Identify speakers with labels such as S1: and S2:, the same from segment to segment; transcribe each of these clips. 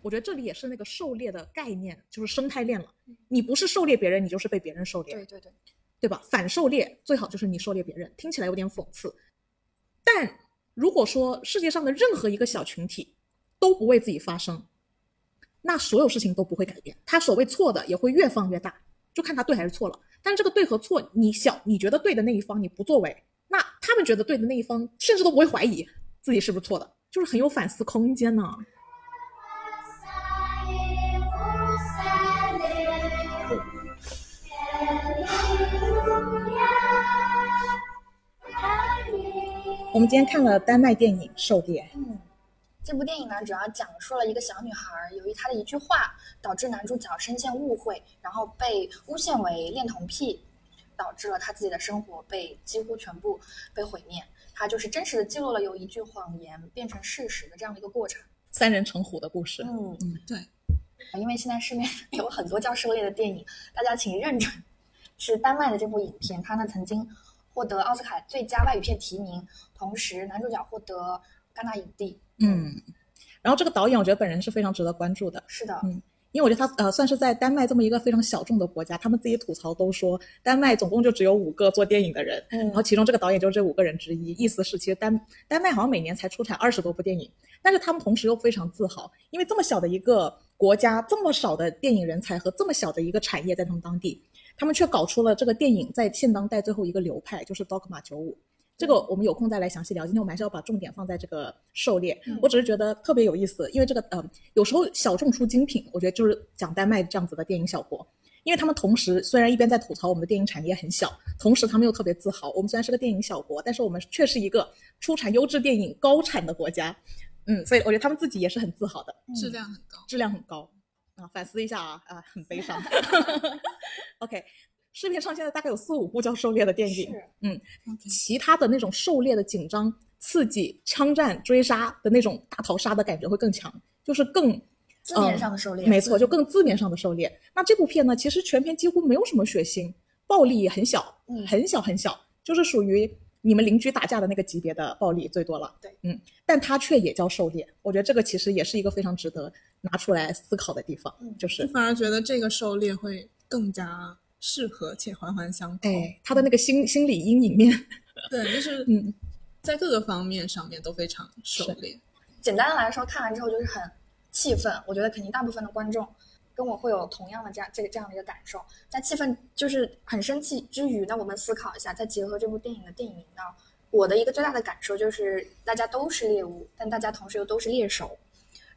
S1: 我觉得这里也是那个狩猎的概念，就是生态链了。你不是狩猎别人，你就是被别人狩猎，
S2: 对对对，
S1: 对吧？反狩猎最好就是你狩猎别人，听起来有点讽刺。但如果说世界上的任何一个小群体都不为自己发声，那所有事情都不会改变，他所谓错的也会越放越大，就看他对还是错了。但是这个对和错，你小你觉得对的那一方你不作为，那他们觉得对的那一方甚至都不会怀疑自己是不是错的，就是很有反思空间呢、我们今天看了丹麦电影《狩猎》，
S2: 嗯，这部电影呢，主要讲述了一个小女孩儿由于她的一句话，导致男主角深陷误会，然后被诬陷为恋童癖，导致了她自己的生活被几乎全部被毁灭。她就是真实的记录了由一句谎言变成事实的这样的一个过程。
S1: 三人成虎的故事。
S2: 嗯，
S1: 嗯，
S3: 对，
S2: 因为现在市面上有很多叫狩猎的电影，大家请认准，是丹麦的这部影片，它呢曾经获得奥斯卡最佳外语片提名，同时男主角获得戛纳影帝。
S1: 嗯，然后这个导演，我觉得本人是非常值得关注的，
S2: 是的，
S1: 嗯因为我觉得他呃算是在丹麦这么一个非常小众的国家，他们自己吐槽都说，丹麦总共就只有五个做电影的人，
S2: 嗯
S1: 然后其中这个导演就是这五个人之一。意思是，其实丹丹麦好像每年才出产二十多部电影，但是他们同时又非常自豪，因为这么小的一个国家，这么少的电影人才和这么小的一个产业在他们当地，他们却搞出了这个电影在现当代最后一个流派，就是 Dogma 九五。这个我们有空再来详细聊。今天我们还是要把重点放在这个狩猎。
S2: 嗯
S1: 我只是觉得特别有意思，因为这个呃，有时候小众出精品，我觉得就是讲丹麦这样子的电影小国，因为他们同时虽然一边在吐槽我们的电影产业很小，同时他们又特别自豪，我们虽然是个电影小国，但是我们却是一个出产优质电影高产的国家。嗯，所以我觉得他们自己也是很自豪的。嗯
S3: 质量很高。
S1: 质量很高啊，反思一下啊啊，很悲 伤。OK，市面上现在大概有四五部叫狩猎的电影，
S2: 是
S3: ，OK
S1: 其他的那种狩猎的紧张、刺激、枪战、追杀的那种大逃杀的感觉会更强，就是更
S2: 字面上的狩猎，
S1: 嗯没错，就更字面上的狩猎。那这部片呢，其实全片几乎没有什么血腥，暴力也很小，
S2: 嗯
S1: 很小很小，就是属于你们邻居打架的那个级别的暴力最多了。
S2: 对，
S1: 嗯，但它却也叫狩猎，我觉得这个其实也是一个非常值得拿出来思考的地方，
S2: 嗯
S1: 就是
S3: 我反而觉得这个狩猎会更加适合且环环相扣。
S2: 哦嗯
S1: 哎，他的那个心心理阴影面，
S3: 对，就是
S1: 嗯，
S3: 在各个方面上面都非常狩猎。
S2: 简单的来说，看完之后就是很气愤。我觉得肯定大部分的观众跟我会有同样的这样这个这样的一个感受。在气愤就是很生气之余呢，我们思考一下，再结合这部电影的电影呢，我的一个最大的感受就是，大家都是猎物，但大家同时又都是猎手。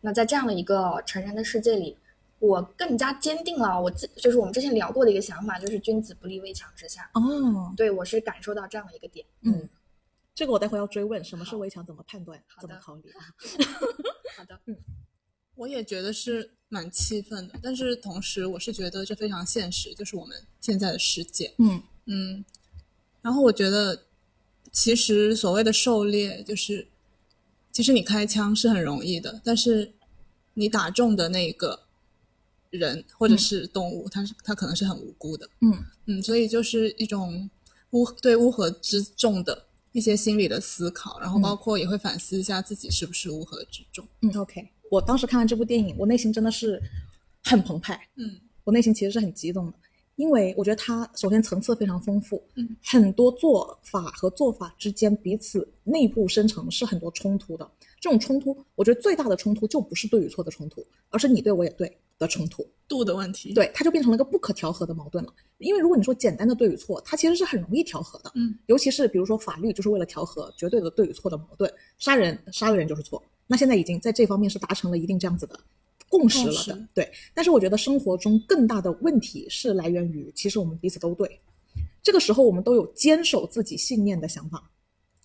S2: 那在这样的一个成人的世界里，我更加坚定了我自就是我们之前聊过的一个想法，就是君子不立危墙之下。
S1: 哦，
S2: 对我是感受到这样的一个点。
S1: 嗯，这个我待会要追问，什么是围墙，怎么判断，
S2: 好
S1: 怎么
S2: 的
S1: 考虑啊？
S2: 好的，
S1: 嗯
S3: 我也觉得是蛮气愤的，但是同时我是觉得这非常现实，就是我们现在的世界。
S1: 嗯
S3: 嗯，然后我觉得，其实所谓的狩猎，就是其实你开枪是很容易的，但是你打中的那个人或者是动物，它是它可能是很无辜的。
S1: 嗯
S3: 嗯，所以就是一种乌对乌合之众的一些心理的思考，然后包括也会反思一下自己是不是乌合之众。
S1: 嗯，OK，我当时看完这部电影，我内心真的是很澎湃，
S3: 嗯
S1: 我内心其实是很激动的，因为我觉得它首先层次非常丰富，
S3: 嗯，
S1: 很多做法和做法之间彼此内部生成是很多冲突的。这种冲突，我觉得最大的冲突就不是对与错的冲突，而是你对我也对的冲突。
S3: 度的问题。，
S1: 对，它就变成了一个不可调和的矛盾了。因为如果你说简单的对与错，它其实是很容易调和的。
S3: 嗯，
S1: 尤其是比如说法律就是为了调和绝对的对与错的矛盾，杀人杀了人就是错。那现在已经在这方面是达成了一定这样子的共识了
S3: 共
S1: 的
S3: 识，
S1: 对。但是我觉得生活中更大的问题是来源于，其实我们彼此都对。这个时候我们都有坚守自己信念的想法，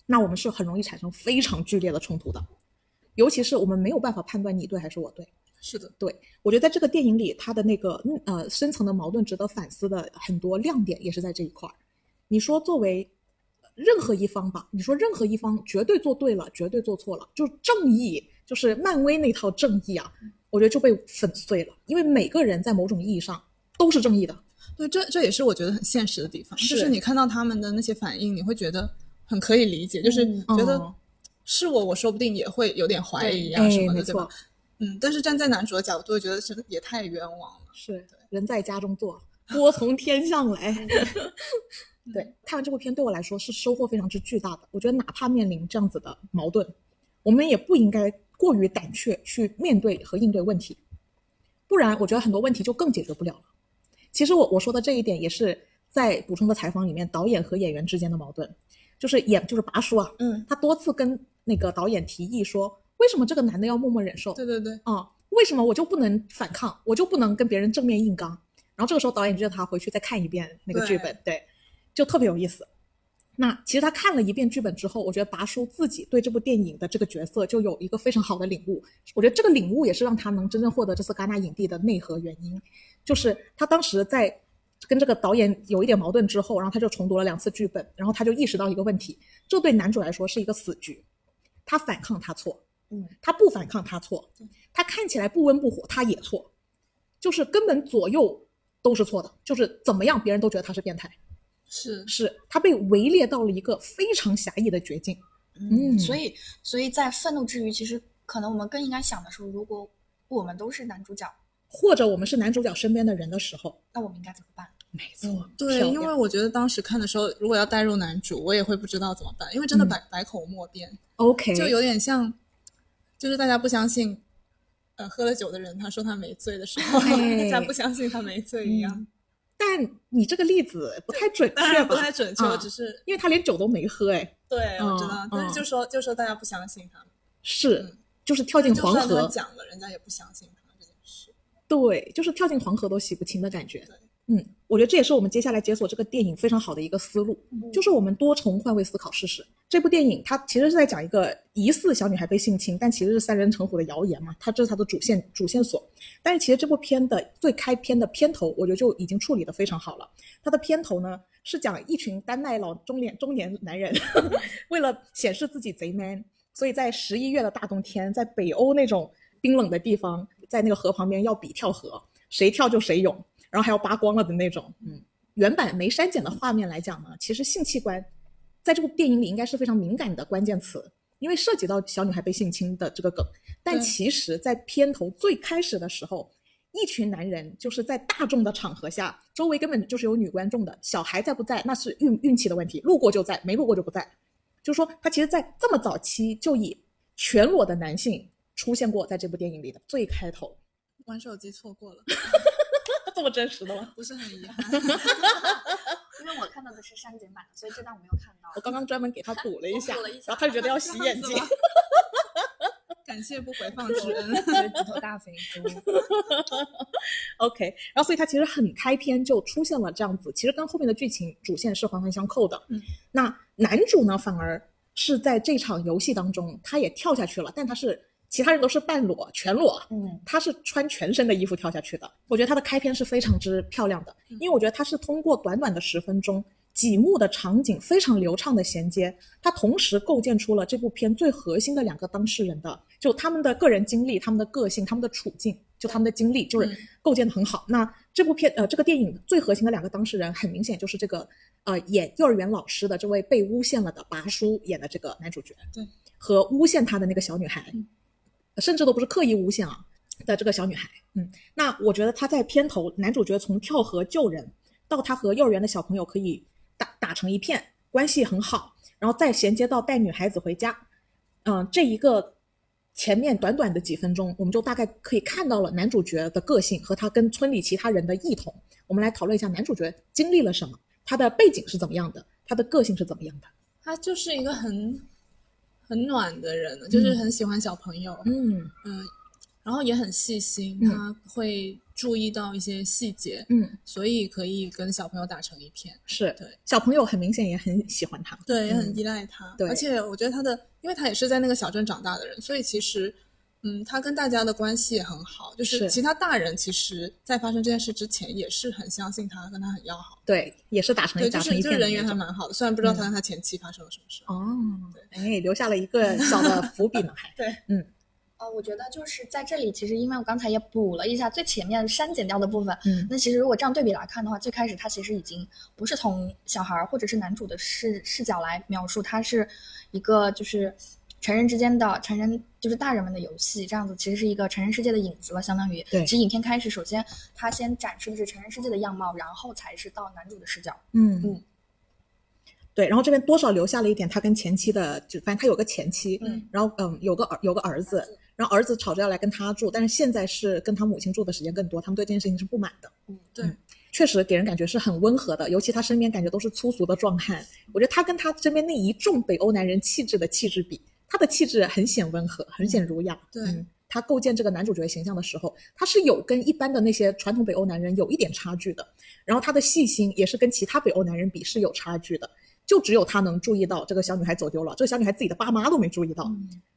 S1: 那我们是很容易产生非常剧烈的冲突的，尤其是我们没有办法判断你对还是我对。
S3: 是的，
S1: 对，我觉得在这个电影里，它的那个嗯呃深层的矛盾值得反思的很多亮点也是在这一块儿。你说作为任何一方吧，你说任何一方绝对做对了，绝对做错了，就正义，就是漫威那套正义啊，我觉得就被粉碎了，因为每个人在某种意义上都是正义的。
S3: 对，这这也是我觉得很现实的地方，就是是你看到他们的那些反应，你会觉得很可以理解，就是
S2: 嗯
S3: 觉得
S1: 哦
S3: 是我，我说不定也会有点怀疑啊
S1: 哎
S3: 什么的，
S1: 没
S3: 对
S1: 错
S3: 吧？嗯，但是站在男主的角度，觉得是也太冤枉了。
S1: 是人在家中坐，锅从天上 来。
S3: 嗯
S1: 对，看完这部片对我来说是收获非常之巨大的。我觉得哪怕面临这样子的矛盾，我们也不应该过于胆怯去面对和应对问题，不然我觉得很多问题就更解决不了了。其实我我说的这一点也是在补充的采访里面，导演和演员之间的矛盾，就是演就是拔叔啊，
S3: 嗯，
S1: 他多次跟那个导演提议说，为什么这个男的要默默忍受？
S3: 对对对，
S1: 啊、为什么我就不能反抗，我就不能跟别人正面硬刚？然后这个时候导演就叫他回去再看一遍那个剧本，对，就特别有意思。那其实他看了一遍剧本之后，我觉得拔叔自己对这部电影的这个角色就有一个非常好的领悟。我觉得这个领悟也是让他能真正获得这次戛纳影帝的内核原因，就是他当时在跟这个导演有一点矛盾之后，然后他就重读了两次剧本，然后他就意识到一个问题，这对男主来说是一个死局，他反抗他错，
S2: 嗯，
S1: 他不反抗他错，他看起来不温不火，他也错，就是根本左右都是错的，就是怎么样别人都觉得他是变态，
S3: 是，
S1: 是他被围猎到了一个非常狭义的绝境。嗯
S2: 所以所以在愤怒之余，其实可能我们更应该想的是，如果我们都是男主角，
S1: 或者我们是男主角身边的人的时候，
S2: 那我们应该怎么办？
S1: 没错，
S3: 嗯对，因为我觉得当时看的时候，如果要带入男主，我也会不知道怎么办，因为真的
S1: 嗯哎
S3: 百、百口莫辩，
S1: OK
S3: 就有点像，就是大家不相信，呃，喝了酒的人他说他没醉的时候，
S1: 哎
S3: 大家不相信他没醉一样，
S1: 但你这个例子不太准
S3: 当
S1: 确
S3: 哎然不
S1: 吧
S3: 太？准确，
S1: 啊
S3: 我只是
S1: 因为他连酒都没喝，哎，
S3: 对我知道
S1: 嗯，
S3: 但
S1: 嗯
S3: 是就说就说大家不相信他，
S1: 是
S3: 嗯，
S1: 就是跳进
S3: 就
S1: 黄
S3: 算他
S1: 河，
S3: 讲了，人家也不相信他这件事。
S1: 对，就是跳进黄河都洗不清的感觉
S3: 对。
S1: 嗯，我觉得这也是我们接下来解锁这个电影非常好的一个思路，就是我们多重换位思考试试。这部电影它其实是在讲一个疑似小女孩被性侵，但其实是三人成虎的谣言嘛，它这是它的主线主线索。但是其实这部片的最开篇的片头，我觉得就已经处理的非常好了。它的片头呢是讲一群丹麦老中年中年男人， 为了显示自己贼 man，所以在十一月的大冬天，在北欧那种冰冷的地方，在那个河旁边要比跳河，谁跳就谁泳，然后还要扒光了的那种。嗯，原版没删减的画面来讲呢，其实性器官在这部电影里应该是非常敏感的关键词，因为涉及到小女孩被性侵的这个梗。但
S3: 对
S1: 其实，在片头最开始的时候，一群男人就是在大众的场合下，周围根本就是有女观众的，小孩在不在那是运运气的问题，路过就在，没路过就不在。就是说，他其实，在这么早期就以全裸的男性出现过在这部电影里的最开头，
S3: 玩手机错过了，
S1: 这么真实的吗？
S3: 不是很遗憾。
S2: 因为我看到的是删减版的，所以这段我没有看到。
S1: 我刚刚专门给他补了一下，
S2: 我补了一下
S1: 然后他就觉得要洗眼睛。
S3: 感谢不回放之恩。
S2: 骨头大肥猪，
S1: OK，然后所以它其实很开篇就出现了这样子，其实跟后面的剧情主线是环环相扣的。
S3: 嗯，
S1: 那男主呢，反而是在这场游戏当中，他也跳下去了，但他是其他人都是半裸、全裸，
S2: 嗯，
S1: 他是穿全身的衣服跳下去的。我觉得他的开篇是非常之漂亮的，因为我觉得他是通过短短的十分钟。几幕的场景非常流畅的衔接，它同时构建出了这部片最核心的两个当事人的，就他们的个人经历、他们的个性、他们的处境，就他们的经历，就是
S3: 嗯
S1: 构建的很好。那这部片呃，这个电影最核心的两个当事人，很明显就是这个呃演幼儿园老师的这位被诬陷了的拔叔演的这个男主角，
S3: 对，
S1: 和诬陷他的那个小女孩，甚至都不是刻意诬陷啊的这个小女孩。嗯，那我觉得他在片头，男主角从跳河救人到他和幼儿园的小朋友可以打打成一片，关系很好，然后再衔接到带女孩子回家，嗯、这一个前面短短的几分钟，我们就大概可以看到了男主角的个性和他跟村里其他人的异同。我们来讨论一下男主角经历了什么，他的背景是怎么样的，他的个性是怎么样的。
S3: 他就是一个很很暖的人，就是很喜欢小朋友，
S1: 嗯
S3: 嗯，然后也很细心，
S1: 嗯
S3: 他会注意到一些细节，
S1: 嗯，
S3: 所以可以跟小朋友打成一片。
S1: 是
S3: 对
S1: 小朋友很明显也很喜欢他。
S3: 对，也很依赖他。
S1: 嗯对
S3: 而且我觉得他的，因为他也是在那个小镇长大的人，所以其实，嗯，他跟大家的关系也很好。就是是其他大人其实，在发生这件事之前，也是很相信他，跟他很要好。
S1: 对，也是打成
S3: 对，
S1: 一
S3: 就
S1: 打
S3: 是
S1: 成一
S3: 就
S1: 片
S3: 是
S1: 的
S3: 人
S1: 那
S3: 缘还
S1: 种。
S3: 蛮好的，虽然不知道他跟他前妻发生了什么事。
S1: 哦，哎，留下了一个小的伏笔呢，还
S3: 对，
S1: 嗯
S2: 呃，我觉得就是在这里，其实因为我刚才也补了一下最前面删减掉的部分，
S1: 嗯
S2: 那其实如果这样对比来看的话，最开始他其实已经不是从小孩儿或者是男主的视视角来描述，他是一个就是成人之间的成人就是大人们的游戏，这样子其实是一个成人世界的影子了，相当于。
S1: 对
S2: 其实影片开始，首先它先展示的是成人世界的样貌，然后才是到男主的视角。
S1: 嗯
S2: 嗯
S1: 对，然后这边多少留下了一点他跟前妻的，就反正他有个前妻，
S2: 嗯
S1: 然后嗯有个儿有个儿子，然后儿子吵着要来跟他住，但是现在是跟他母亲住的时间更多，他们对这件事情是不满的。
S2: 嗯，
S3: 对
S1: 确实给人感觉是很温和的，尤其他身边感觉都是粗俗的壮汉。我觉得他跟他身边那一众北欧男人气质的气质比，他的气质很显温和，很显儒雅。
S3: 对
S1: 嗯他构建这个男主角形象的时候，他是有跟一般的那些传统北欧男人有一点差距的。然后他的细心也是跟其他北欧男人比是有差距的，就只有他能注意到这个小女孩走丢了，这个小女孩自己的爸妈都没注意到。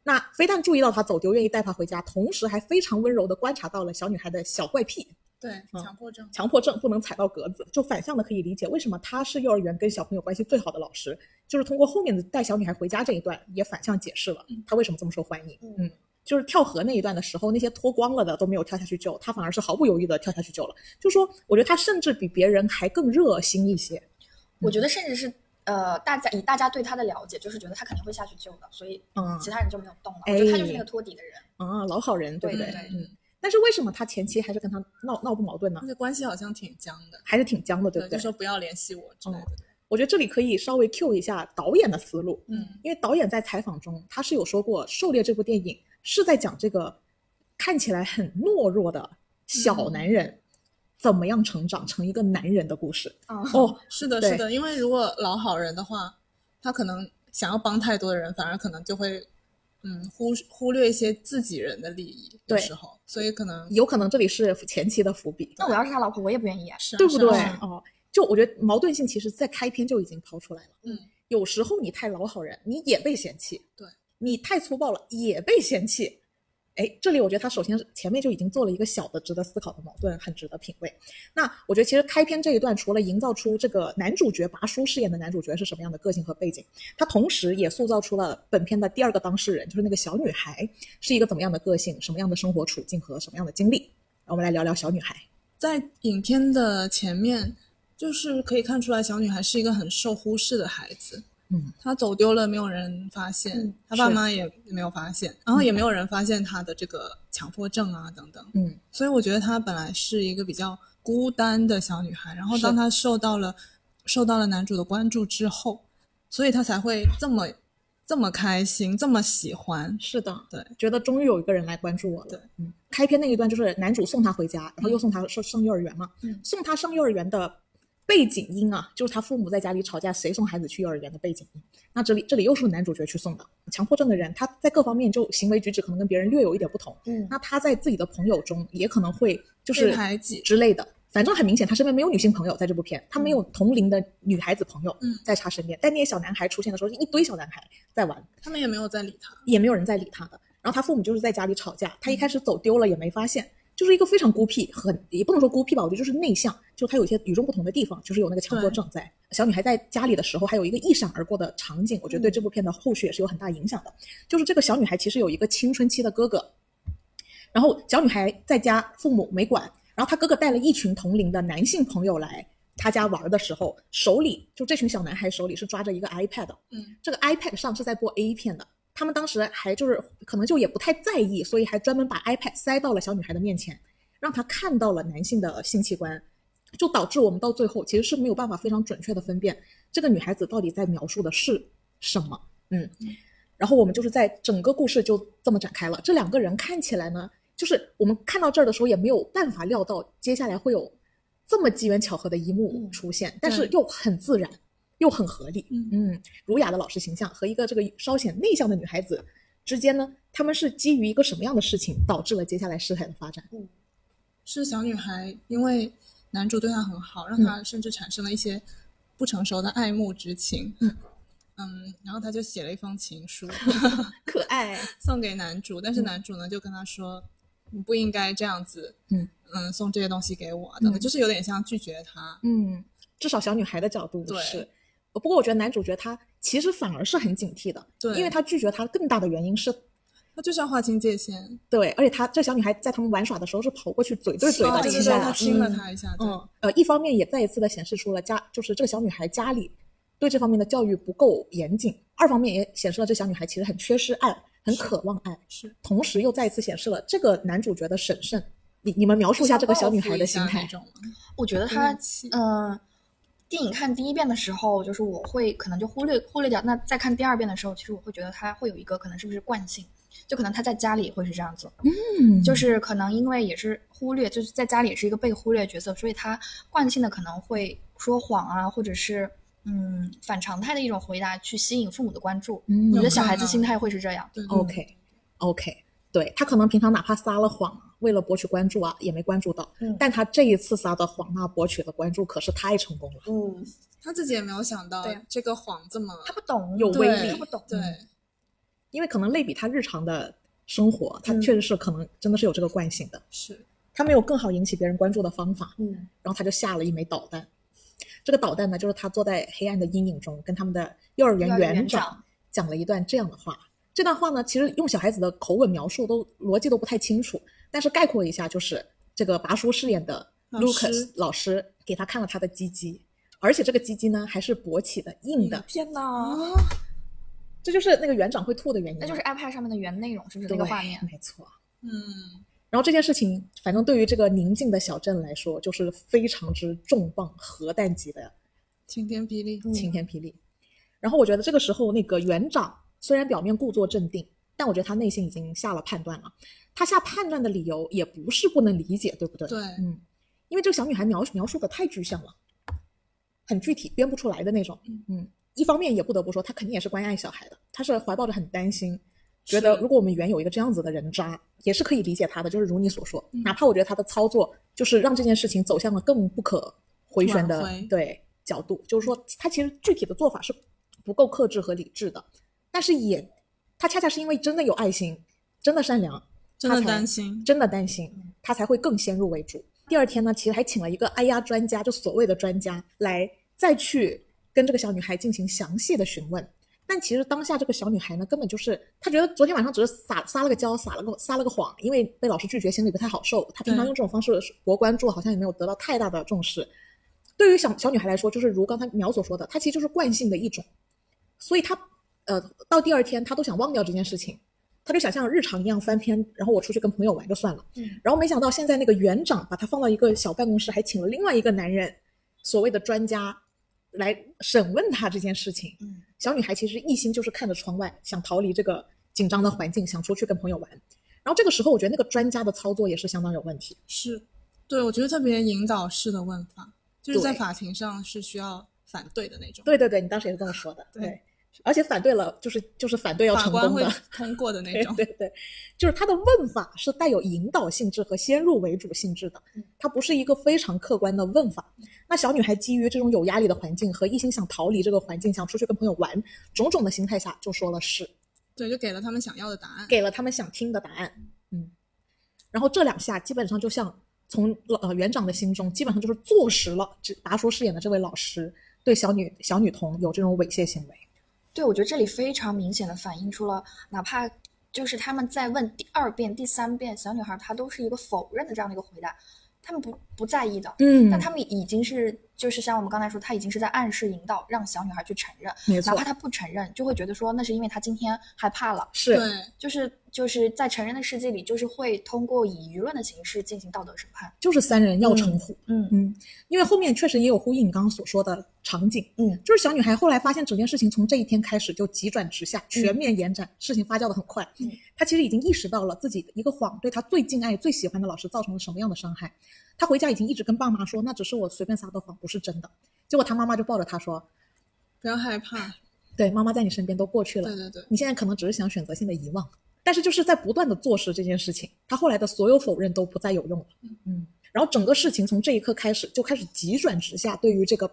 S1: 那非但注意到她走丢，愿意带她回家，同时还非常温柔地观察到了小女孩的小怪癖，
S3: 对，
S1: 嗯
S3: 强迫症，
S1: 强迫症不能踩到格子，就反向的可以理解为什么他是幼儿园跟小朋友关系最好的老师，就是通过后面的带小女孩回家这一段也反向解释了他为什么这么受欢迎。
S2: 嗯
S1: 嗯，就是跳河那一段的时候，那些脱光了的都没有跳下去救，他反而是毫不犹豫的跳下去救了。就说我觉得他甚至比别人还更热心一些。
S2: 我觉得甚至是呃，大家以大家对他的了解，就是觉得他肯定会下去救的，所以
S1: 嗯
S2: 其他人就没有动了。
S1: 哎
S2: 我觉得他就是那个托底的人。
S1: 啊，老好人，对不
S2: 对对
S1: 嗯。但是为什么他前期还是跟他闹闹不矛盾呢
S3: 而？且关系好像挺僵的，
S1: 还是挺僵的，对不对哦
S3: 就？说不要联系我之类的。
S1: 我觉得这里可以稍微 Q 一下导演的思路，
S3: 嗯，
S1: 因为导演在采访中他是有说过，《狩猎》这部电影是在讲这个看起来很懦弱的小男人、怎么样成长成一个男人的故事。
S2: 嗯，
S1: 哦，
S3: 是的，
S1: 对
S3: 是的，因为如果老好人的话，他可能想要帮太多的人，反而可能就会嗯忽忽略一些自己人的利益，有
S1: 对
S3: 时候，所以可能
S1: 有可能这里是前期的伏笔，
S2: 那我要是他老婆，我也不愿意啊。
S3: 是啊
S1: 对不对
S3: 是啊？
S1: 哦，就我觉得矛盾性其实在开篇就已经抛出来了。
S3: 嗯，
S1: 有时候你太老好人，你也被嫌弃；
S3: 对，
S1: 你太粗暴了，也被嫌弃。哎，这里我觉得他首先是前面就已经做了一个小的值得思考的矛盾，很值得品味。那我觉得其实开篇这一段，除了营造出这个男主角拔叔饰演的男主角是什么样的个性和背景，他同时也塑造出了本片的第二个当事人，就是那个小女孩是一个怎么样的个性、什么样的生活处境和什么样的经历。让我们来聊聊小女孩。
S3: 在影片的前面，就是可以看出来，小女孩是一个很受忽视的孩子。
S1: 嗯，
S3: 她走丢了，没有人发现，
S2: 嗯
S3: 她爸妈也没有发现，然后也没有人发现她的这个强迫症啊等等。
S1: 嗯，
S3: 所以我觉得她本来是一个比较孤单的小女孩，然后
S1: 是
S3: 当她受到了受到了男主的关注之后，所以她才会这么这么开心，这么喜欢。
S1: 是的，
S3: 对，
S1: 觉得终于有一个人来关注我了。
S3: 对，嗯
S1: 嗯，开篇那一段就是男主送她回家，然后又送她上上幼儿园嘛。
S2: 嗯
S1: 送她上幼儿园的背景音啊，就是他父母在家里吵架，谁送孩子去幼儿园的背景音。那这里这里又是男主角去送的，强迫症的人，他在各方面就行为举止可能跟别人略有一点不同。
S2: 嗯，
S1: 那他在自己的朋友中也可能会就是
S3: 被排挤
S1: 之类的。反正很明显，他身边没有女性朋友，在这部片，他没有同龄的女孩子朋友
S3: 嗯
S1: 在他身边。但那些小男孩出现的时候，是一堆小男孩在玩，
S3: 他们也没有在理她。
S1: 也没有人在理他的。然后他父母就是在家里吵架，他一开始走丢了也没发现，就是一个非常孤僻，很也不能说孤僻吧，我觉得就是内向，就他有一些与众不同的地方，就是有那个强迫症在。小女孩在家里的时候，还有一个一闪而过的场景，我觉得对这部片的后续也是有很大影响的。就是这个小女孩其实有一个青春期的哥哥，然后小女孩在家父母没管，然后她哥哥带了一群同龄的男性朋友来她家玩的时候，手里就这群小男孩手里是抓着一个 iPad，的
S3: 嗯，
S1: 这个 iPad 上是在播 A 片的。他们当时还就是可能就也不太在意，所以还专门把 iPad 塞到了小女孩的面前，让她看到了男性的性器官，就导致我们到最后其实是没有办法非常准确的分辨这个女孩子到底在描述的是什么。嗯，然后我们就是在整个故事就这么展开了。这两个人看起来呢，就是我们看到这儿的时候也没有办法料到接下来会有这么机缘巧合的一幕
S2: 嗯
S1: 出现，但是又很自然，又很合理。
S3: 嗯
S1: 嗯，儒雅的老师形象和一个这个稍显内向的女孩子之间呢，他们是基于一个什么样的事情导致了接下来事态的发展？
S3: 是小女孩，因为男主对她很好，让她甚至产生了一些不成熟的爱慕之情。
S1: 嗯
S3: 嗯然后她就写了一封情书
S1: 可爱，
S3: 送给男主，但是男主呢就跟她说，你不应该这样子，
S1: 嗯
S3: 嗯，送这些东西给我啊，等等，
S1: 嗯
S3: 就是有点像拒绝她。
S1: 嗯，至少小女孩的角度
S3: 对
S1: 是。不过我觉得男主角他其实反而是很警惕的，
S3: 对
S1: 因为他拒绝他更大的原因是
S3: 她就是要划清界限，
S1: 对，而且他这小女孩在他们玩耍的时候是跑过去嘴对嘴
S3: 哦
S1: 的，
S3: 对
S1: 其
S3: 对
S1: 实
S2: 嗯
S3: 对，她亲了她一下，对
S1: 嗯，呃，一方面也再一次的显示出了家，就是这个小女孩家里对这方面的教育不够严谨；二方面也显示了这小女孩其实很缺失爱，很渴望爱。
S3: 是
S1: 同时又再一次显示了这个男主角的审慎。你你们描述一下这个小女孩的心态
S3: 那。种吗
S2: 我觉得
S3: 有
S2: 他
S3: 点气
S2: 嗯、电影看第一遍的时候，就是我会可能就忽略忽略掉。那再看第二遍的时候，其实我会觉得他会有一个可能是不是惯性，就可能他在家里会是这样子，
S1: 嗯
S2: 就是可能因为也是忽略，就是在家里也是一个被忽略的角色，所以他惯性的可能会说谎啊，或者是嗯反常态的一种回答去吸引父母的关注。
S1: 嗯
S2: 我觉
S3: 有
S2: 得小孩
S3: 可
S2: 子
S3: 能
S2: 心态会是这样。
S3: 对
S1: OK OK，对他可能平常哪怕撒了谎，为了博取关注啊，也没关注到。
S2: 嗯
S1: 但他这一次撒的谎，那博取的关注可是太成功了。
S2: 嗯，
S3: 他自己也没有想到
S2: 对啊
S3: 这个谎这么
S2: 他不懂，
S1: 有
S3: 对
S1: 威力
S2: 他不懂，
S3: 对，
S1: 因为可能类比他日常的生活，他
S2: 嗯
S1: 确实是可能真的是有这个惯性的。
S3: 是
S1: 他没有更好引起别人关注的方法，
S2: 嗯
S1: 然后他就下了一枚导弹。这个导弹呢，就是他坐在黑暗的阴影中，跟他们的幼儿园
S2: 幼儿园
S1: 园
S2: 长
S1: 讲了一段这样的话。这段话呢，其实用小孩子的口吻描述都逻辑都不太清楚，但是概括一下，就是这个拔叔饰演的
S3: 老师
S1: Lucas 老师给他看了他的鸡鸡，而且这个鸡鸡呢还是勃起的硬的，
S2: 天哪，
S1: 这就是那个园长会吐的原因嘛。
S2: 那就是 iPad 上面的原内容，是不是
S1: 对
S2: 那个画面？
S1: 没错。
S3: 嗯，
S1: 然后这件事情，反正对于这个宁静的小镇来说，就是非常之重磅、核弹级的
S3: 晴天霹雳，
S1: 晴天霹雳。然后我觉得这个时候，那个园长虽然表面故作镇定，但我觉得他内心已经下了判断了。他下判断的理由也不是不能理解，对不对？
S3: 对
S1: 嗯，因为这个小女孩描描述的太具象了，很具体，编不出来的那种。
S3: 嗯
S1: 嗯，一方面也不得不说，她肯定也是关爱小孩的，她是怀抱着很担心，觉
S3: 是
S1: 得如果我们原有一个这样子的人渣，也是可以理解他的，就是如你所说，
S3: 嗯
S1: 哪怕我觉得他的操作就是让这件事情走向了更不可回旋的
S3: 挽回
S1: 对角度，就是说他其实具体的做法是不够克制和理智的，但是也他恰恰是因为真的有爱心，真的善良，
S3: 真的
S1: 他才
S3: 担心，
S1: 真的担心
S2: 嗯，
S1: 他才会更先入为主。第二天呢，其实还请了一个哎呀专家，就所谓的专家来再去跟这个小女孩进行详细的询问。但其实当下这个小女孩呢，根本就是她觉得昨天晚上只是撒撒了个娇，撒了个撒了个谎，因为被老师拒绝，心里不太好受。她平常
S3: 对
S1: 用这种方式博关注，好像也没有得到太大的重视。对于小小女孩来说，就是如刚才苗所说的，她其实就是惯性的一种，所以她呃到第二天她都想忘掉这件事情，她就想像日常一样翻篇，然后我出去跟朋友玩就算了。然后没想到现在那个园长把他放到一个小办公室，还请了另外一个男人，所谓的专家来审问他这件事情。
S2: 嗯，
S1: 小女孩其实一心就是看着窗外，想逃离这个紧张的环境，想出去跟朋友玩。然后这个时候，我觉得那个专家的操作也是相当有问题。
S3: 是对我觉得特别引导式的问法，就是在
S1: 对
S3: 法庭上是需要反对的那种，
S1: 对对对，你当时也是这么说的。
S3: 对
S1: 而且反对了，就是就是反对要
S3: 法
S1: 成
S3: 官
S1: 功
S3: 会
S1: 的。
S3: 通过的那
S1: 对
S3: 种，
S1: 对对，就是他的问法是带有引导性质和先入为主性质的
S2: 嗯，
S1: 它不是一个非常客观的问法。那小女孩基于这种有压力的环境和一心想逃离这个环境，想出去跟朋友玩种种的心态下，就说了是，
S3: 对，就给了他们想要的答案，
S1: 给了他们想听的答案。嗯，然后这两下基本上就像从老呃园长的心中，基本上就是坐实了这达叔饰演的这位老师对小女小女童有这种猥亵行为。
S2: 对，我觉得这里非常明显的反映出了，哪怕就是他们在问第二遍、第三遍，小女孩她都是一个否认的这样的一个回答，他们不不在意的。
S1: 嗯
S2: 但他们已经是，就是像我们刚才说，他已经是在暗示引导，让小女孩去承认，
S1: 没
S2: 哪
S1: 错
S2: 怕，她不承认，就会觉得说那是因为她今天害怕了，
S1: 是
S3: 对
S2: 就是就是在成人的世界里，就是会通过以舆论的形式进行道德审判。
S1: 就是三人要成虎。
S2: 嗯
S1: 嗯，因为后面确实也有呼应你刚刚所说的场景，
S2: 嗯，
S1: 就是小女孩后来发现整件事情从这一天开始就急转直下，全面延展，事情发酵的很快。
S2: 嗯，
S1: 她其实已经意识到了自己的一个谎对她最敬爱、最喜欢的老师造成了什么样的伤害。她回家已经一直跟爸妈说，那只是我随便撒的谎，不是真的。结果她妈妈就抱着她说，
S3: 不要害怕，
S1: 对，妈妈在你身边都过去了
S3: 对，对对，
S1: 你现在可能只是想选择性的遗忘，但是就是在不断的坐实这件事情，他后来的所有否认都不再有用了。嗯，然后整个事情从这一刻开始就开始急转直下，对于这个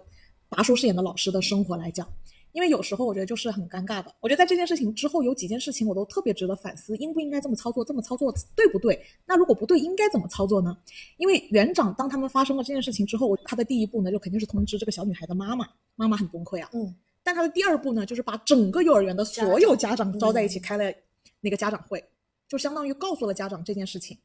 S1: 拔叔饰演的老师的生活来讲。因为有时候我觉得就是很尴尬的，我觉得在这件事情之后有几件事情我都特别值得反思，应不应该这么操作，这么操作对不对？那如果不对，应该怎么操作呢？因为园长当他们发生了这件事情之后，我他的第一步呢就肯定是通知这个小女孩的妈妈，妈妈很崩溃啊，
S2: 嗯，
S1: 但他的第二步呢，就是把整个幼儿园的所有家长招在一起开了那个家长会，就相当于告诉了家长这件事情，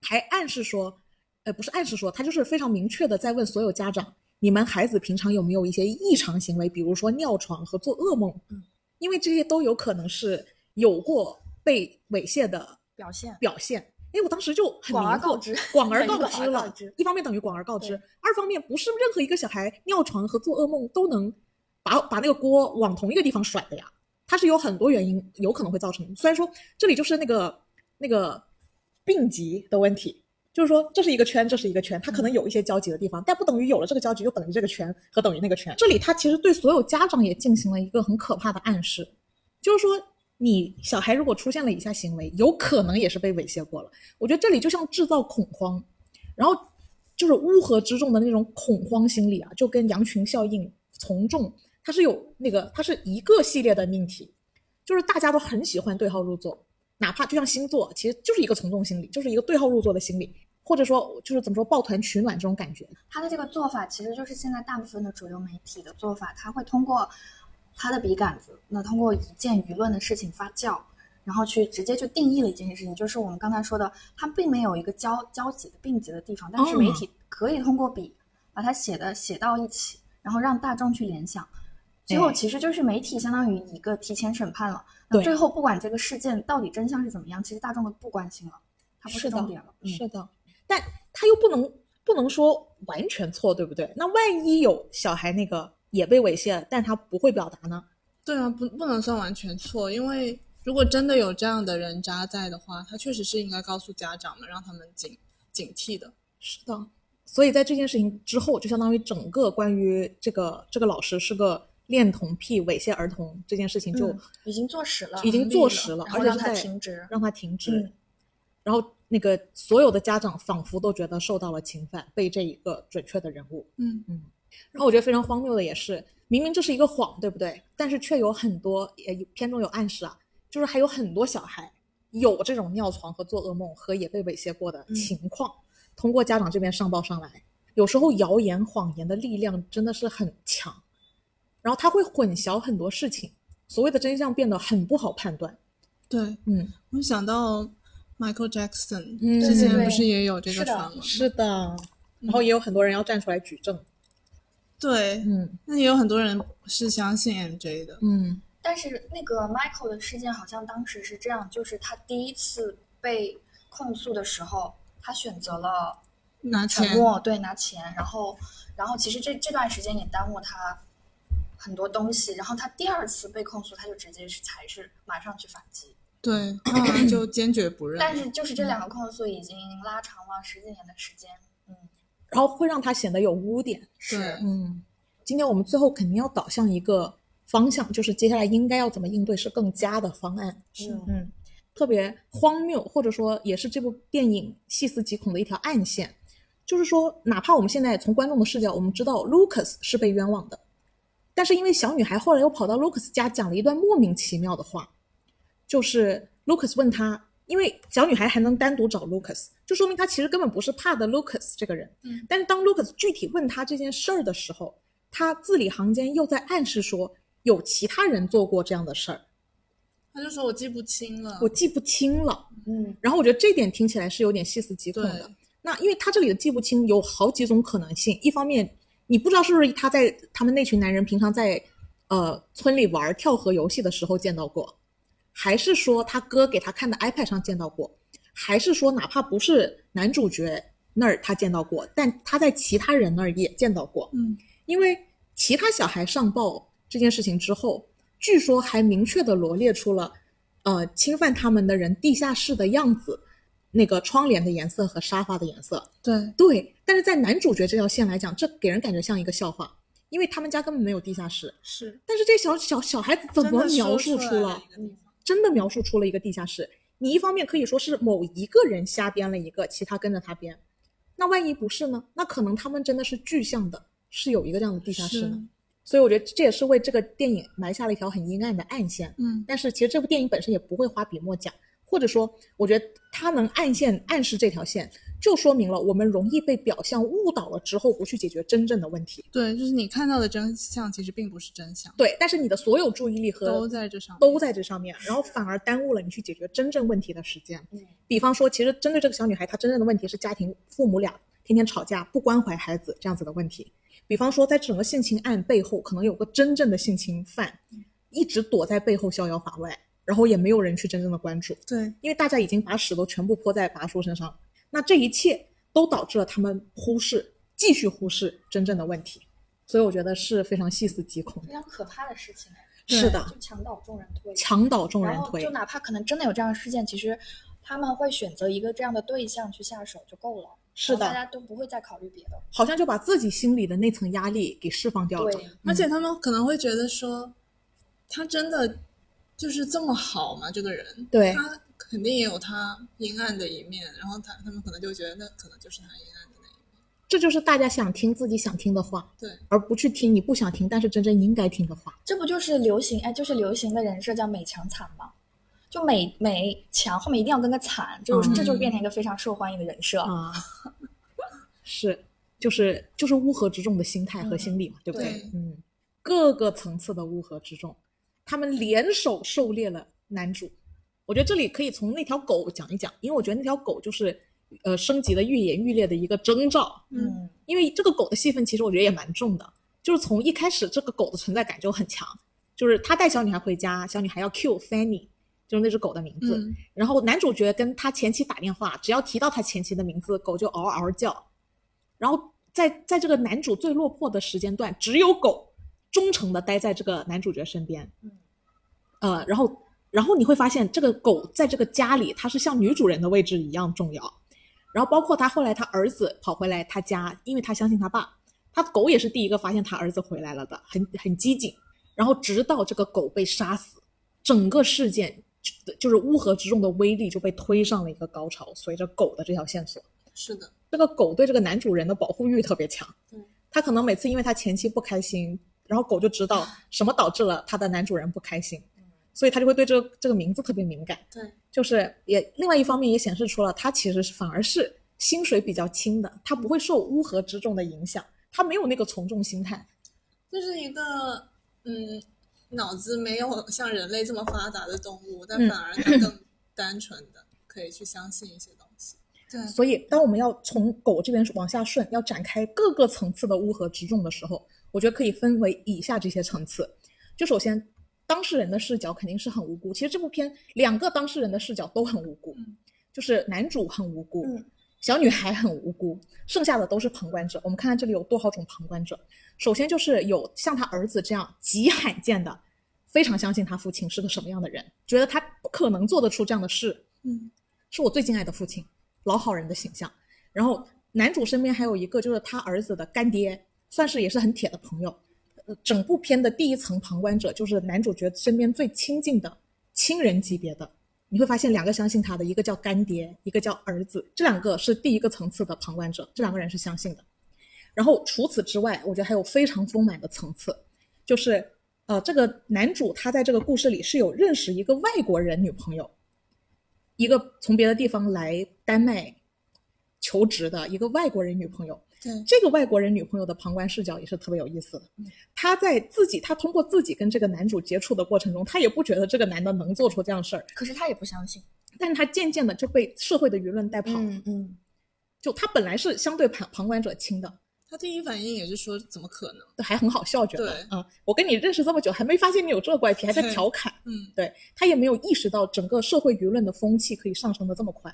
S1: 还暗示说，呃，不是暗示说，他就是非常明确的在问所有家长，你们孩子平常有没有一些异常行为，比如说尿床和做噩梦？
S2: 嗯，
S1: 因为这些都有可能是有过被猥亵的
S2: 表现
S1: 表现。哎，我当时就很
S2: 广而
S1: 迷惑
S2: 告之
S1: 广而
S2: 等
S1: 告
S2: 于广而
S1: 之
S2: 告
S1: 了
S2: 之。
S1: 一方面等于广而告之
S2: 对，
S1: 二方面不是任何一个小孩尿床和做噩梦都能把把那个锅往同一个地方甩的呀，它是有很多原因有可能会造成。虽然说这里就是那个那个病级的问题，就是说这是一个圈，这是一个圈，它
S2: 嗯
S1: 可能有一些交集的地方，但不等于有了这个交集就等于这个圈和等于那个圈。这里它其实对所有家长也进行了一个很可怕的暗示，就是说你小孩如果出现了以下行为，有可能也是被猥亵过了。我觉得这里就像制造恐慌，然后就是乌合之众的那种恐慌心理啊，就跟羊群效应从众，它是有那个它是一个系列的命题，就是大家都很喜欢对号入座，哪怕就像星座，其实就是一个从众心理，就是一个对号入座的心理，或者说就是怎么说抱团取暖这种感觉。
S2: 他的这个做法其实就是现在大部分的主流媒体的做法，他会通过他的笔杆子，那通过一件舆论的事情发酵，然后去直接就定义了一件事情，就是我们刚才说的，它并没有一个交交集的并集的地方，但是
S1: 哦
S2: 媒体可以通过笔把它写的写到一起，然后让大众去联想。最后
S1: 哎
S2: 其实就是媒体相当于一个提前审判了，那
S1: 对
S2: 最后不管这个事件到底真相是怎么样，其实大众都不关心了，它不
S1: 是的
S2: 重点了。嗯，
S1: 是的，但他又不能不能说完全错，对不对？那万一有小孩那个也被猥亵，但他不会表达呢？
S3: 对啊，不不能算完全错，因为如果真的有这样的人渣在的话，他确实是应该告诉家长们，让他们警警惕的。
S1: 是的，所以在这件事情之后，就相当于整个关于这个这个老师是个恋童癖、猥亵儿童这件事情就
S2: 嗯已经坐实了，
S1: 已经坐实
S2: 了
S1: 了，，
S2: 然
S1: 而且
S2: 后让
S1: 是
S2: 它
S1: 在
S2: 停职。
S1: 让他停职。
S2: 嗯
S1: 然后那个所有的家长仿佛都觉得受到了侵犯，被这一个准确的人物
S3: 嗯，
S1: 然后我觉得非常荒谬的也是，明明这是一个谎，对不对？但是却有很多也有片中有暗示啊，就是还有很多小孩有这种尿床和做噩梦和也被猥亵过的情况，通过家长这边上报上来。有时候谣言、谎言的力量真的是很强，然后它会混淆很多事情，所谓的真相变得很不好判断。
S3: 对，
S1: 嗯
S3: 我想到 Michael Jackson，
S1: 嗯
S2: 对
S3: 之
S2: 对
S3: 前
S2: 对
S3: 不是也有这
S2: 是
S3: 个
S2: 的
S3: 传闻？
S1: 是的，然后也有很多人要站出来举证。
S3: 对，
S1: 嗯
S3: 那也有很多人是相信 MJ 的。
S1: 嗯，
S2: 但是那个 Michael 的事件好像当时是这样，就是他第一次被控诉的时候，他选择了
S3: 拿
S2: 沉
S3: 钱，
S2: 默，对，拿钱，然后，然后其实这这段时间也耽误他很多东西。然后他第二次被控诉，他就直接是才是马上去反击。
S3: 对，他好像就坚决不认。
S2: 但是就是这两个控诉已经拉长了十几年的时间，嗯，
S1: 然后会让他显得有污点。
S2: 是
S3: 对
S1: 嗯，今天我们最后肯定要导向一个方向，就是接下来应该要怎么应对是更佳的方案。
S2: 嗯
S1: 嗯，特别荒谬，或者说也是这部电影细思极恐的一条暗线，就是说，哪怕我们现在从观众的视角，我们知道 Lucas 是被冤枉的，但是因为小女孩后来又跑到 Lucas 家讲了一段莫名其妙的话，就是 Lucas 问他，因为小女孩还能单独找 Lucas，就说明她其实根本不是怕的 Lucas 这个人。
S3: 嗯，
S1: 但是当 Lucas 具体问他这件事儿的时候，他字里行间又在暗示说有其他人做过这样的事儿，
S3: 他就说我记不清了。
S1: 我记不清了。
S2: 嗯，
S1: 然后我觉得这点听起来是有点细思极恐的
S3: 对。
S1: 那因为他这里的记不清有好几种可能性，一方面你不知道是不是他在他们那群男人平常在呃村里玩跳河游戏的时候见到过，还是说他哥给他看的 iPad 上见到过，还是说哪怕不是男主角那儿他见到过，但他在其他人那儿也见到过。
S3: 嗯，
S1: 因为其他小孩上报这件事情之后，据说还明确的罗列出了，呃，侵犯他们的人地下室的样子，那个窗帘的颜色和沙发的颜色。
S3: 对，
S1: 对，但是在男主角这条线来讲，这给人感觉像一个笑话，因为他们家根本没有地下室。
S3: 是
S1: 但是这小小小孩子怎
S3: 真
S1: 么
S3: 的
S1: 描
S3: 说
S1: 述
S3: 出
S1: 出
S3: 来
S1: 了
S3: 了一个地方
S1: 真的描述出了一个地下室。你一方面可以说是某一个人瞎编了一个，其他跟着他编，那万一不是呢？那可能他们真的是具象的，是有一个这样的地下室呢
S3: 是。
S1: 所以我觉得这也是为这个电影埋下了一条很阴暗的暗线。
S3: 嗯，
S1: 但是其实这部电影本身也不会花笔墨讲，或者说，我觉得它能暗线暗示这条线，就说明了我们容易被表象误导了之后，不去解决真正的问题。
S3: 对，就是你看到的真相其实并不是真相，
S1: 对，但是你的所有注意力和
S3: 都在这上面。
S1: 都在这上面，然后反而耽误了你去解决真正问题的时间。
S2: 嗯
S1: 比方说，其实针对这个小女孩，她真正的问题是家庭父母俩天天吵架、不关怀孩子这样子的问题。比方说，在整个性侵案背后，可能有个真正的性侵犯，一直躲在背后逍遥法外，然后也没有人去真正的关注，
S3: 对，
S1: 因为大家已经把屎都全部泼在拔叔身上了。那这一切都导致了他们忽视，继续忽视真正的问题。所以我觉得是非常细思极恐的。
S2: 非常可怕的事情哎。
S3: 对
S1: 是的，
S2: 就墙倒众人推。
S1: 墙倒众人
S2: 然后
S1: 推
S2: 就。哪怕可能真的有这样的事件，其实他们会选择一个这样的对象去下手就够了。
S1: 是
S2: 然后大
S1: 的，
S2: 家都不会再考虑别的。
S1: 好像就把自己心里的那层压力给释放掉了。嗯
S2: 对
S3: 而且他们可能会觉得说，他真的就是这么好吗？这个人，
S1: 对
S3: 他肯定也有他阴暗的一面，然后他他们可能就觉得那可能就是他阴暗的那一面。
S1: 这就是大家想听自己想听的话，
S3: 对，
S1: 而不去听你不想听但是真正应该听的话。
S2: 这不就是流行哎，就是流行的人设叫美强惨吗？就美美强后面一定要跟个惨，就是、
S1: 嗯
S2: 这就是变成一个非常受欢迎的人设。嗯
S1: 啊，是，就是就是乌合之众的心态和心理嘛，对不对？
S3: 对
S1: 嗯，各个层次的乌合之众，他们联手狩猎了男主。我觉得这里可以从那条狗讲一讲，因为我觉得那条狗就是呃升级的愈演愈烈的一个征兆。
S3: 嗯
S2: 嗯，
S1: 因为这个狗的戏份其实我觉得也蛮重的，就是从一开始这个狗的存在感就很强，就是他带小女孩回家，小女孩要 Q Fanny，就是那只狗的名字。
S3: 嗯，
S1: 然后男主角跟他前妻打电话，只要提到他前妻的名字，狗就嗷嗷叫。然后在在这个男主最落魄的时间段，只有狗忠诚的待在这个男主角身边。
S2: 嗯，
S1: 呃，然后然后你会发现，这个狗在这个家里，它是像女主人的位置一样重要。然后包括他后来他儿子跑回来他家，因为他相信他爸，他狗也是第一个发现他儿子回来了的，很很机警。然后直到这个狗被杀死，整个事件就就是乌合之众的威力就被推上了一个高潮。随着狗的这条线索，
S3: 是的，
S1: 这个狗对这个男主人的保护欲特别强。
S3: 嗯，
S1: 他可能每次因为他前妻不开心，然后狗就知道什么导致了他的男主人不开心，所以他就会对这个这个名字特别敏感。
S3: 对，
S1: 就是也另外一方面也显示出了他其实是反而是薪水比较轻的，他不会受乌合之众的影响，他没有那个从众心态。
S3: 就是一个嗯，脑子没有像人类这么发达的动物，但
S1: 嗯
S3: 反而它更单纯的可以去相信一些东西。对，
S1: 所以，当我们要从狗这边往下顺，要展开各个层次的乌合之众的时候，我觉得可以分为以下这些层次。就首先，当事人的视角肯定是很无辜。其实这部片两个当事人的视角都很无辜，
S3: 嗯
S1: 就是男主很无辜，
S2: 嗯
S1: 小女孩很无辜，剩下的都是旁观者。我们看看这里有多少种旁观者。首先就是有像他儿子这样极罕见的，非常相信他父亲是个什么样的人，觉得他不可能做得出这样的事，
S3: 嗯，
S1: 是我最敬爱的父亲，老好人的形象。然后男主身边还有一个就是他儿子的干爹，算是也是很铁的朋友。呃整部片的第一层旁观者就是男主角身边最亲近的亲人级别的，你会发现两个相信他的，一个叫干爹，一个叫儿子，这两个是第一个层次的旁观者，这两个人是相信的。然后除此之外，我觉得还有非常丰满的层次，就是呃，这个男主他在这个故事里是有认识一个外国人女朋友，一个从别的地方来丹麦求职的一个外国人女朋友。
S3: 对，
S1: 这个外国人女朋友的旁观视角也是特别有意思的。她在自己，她通过自己跟这个男主接触的过程中，她也不觉得这个男的能做出这样事儿，
S2: 可是他也不相信。
S1: 但是她渐渐的就被社会的舆论带跑。
S2: 嗯嗯，
S1: 就她本来是相对旁旁观者清的，
S3: 他第一反应也是说怎么可能？
S1: 还很好笑，觉得
S3: 对
S1: 啊、我跟你认识这么久，还没发现你有这怪癖，还在调侃。
S3: 嗯，
S1: 对他也没有意识到整个社会舆论的风气可以上升的这么快。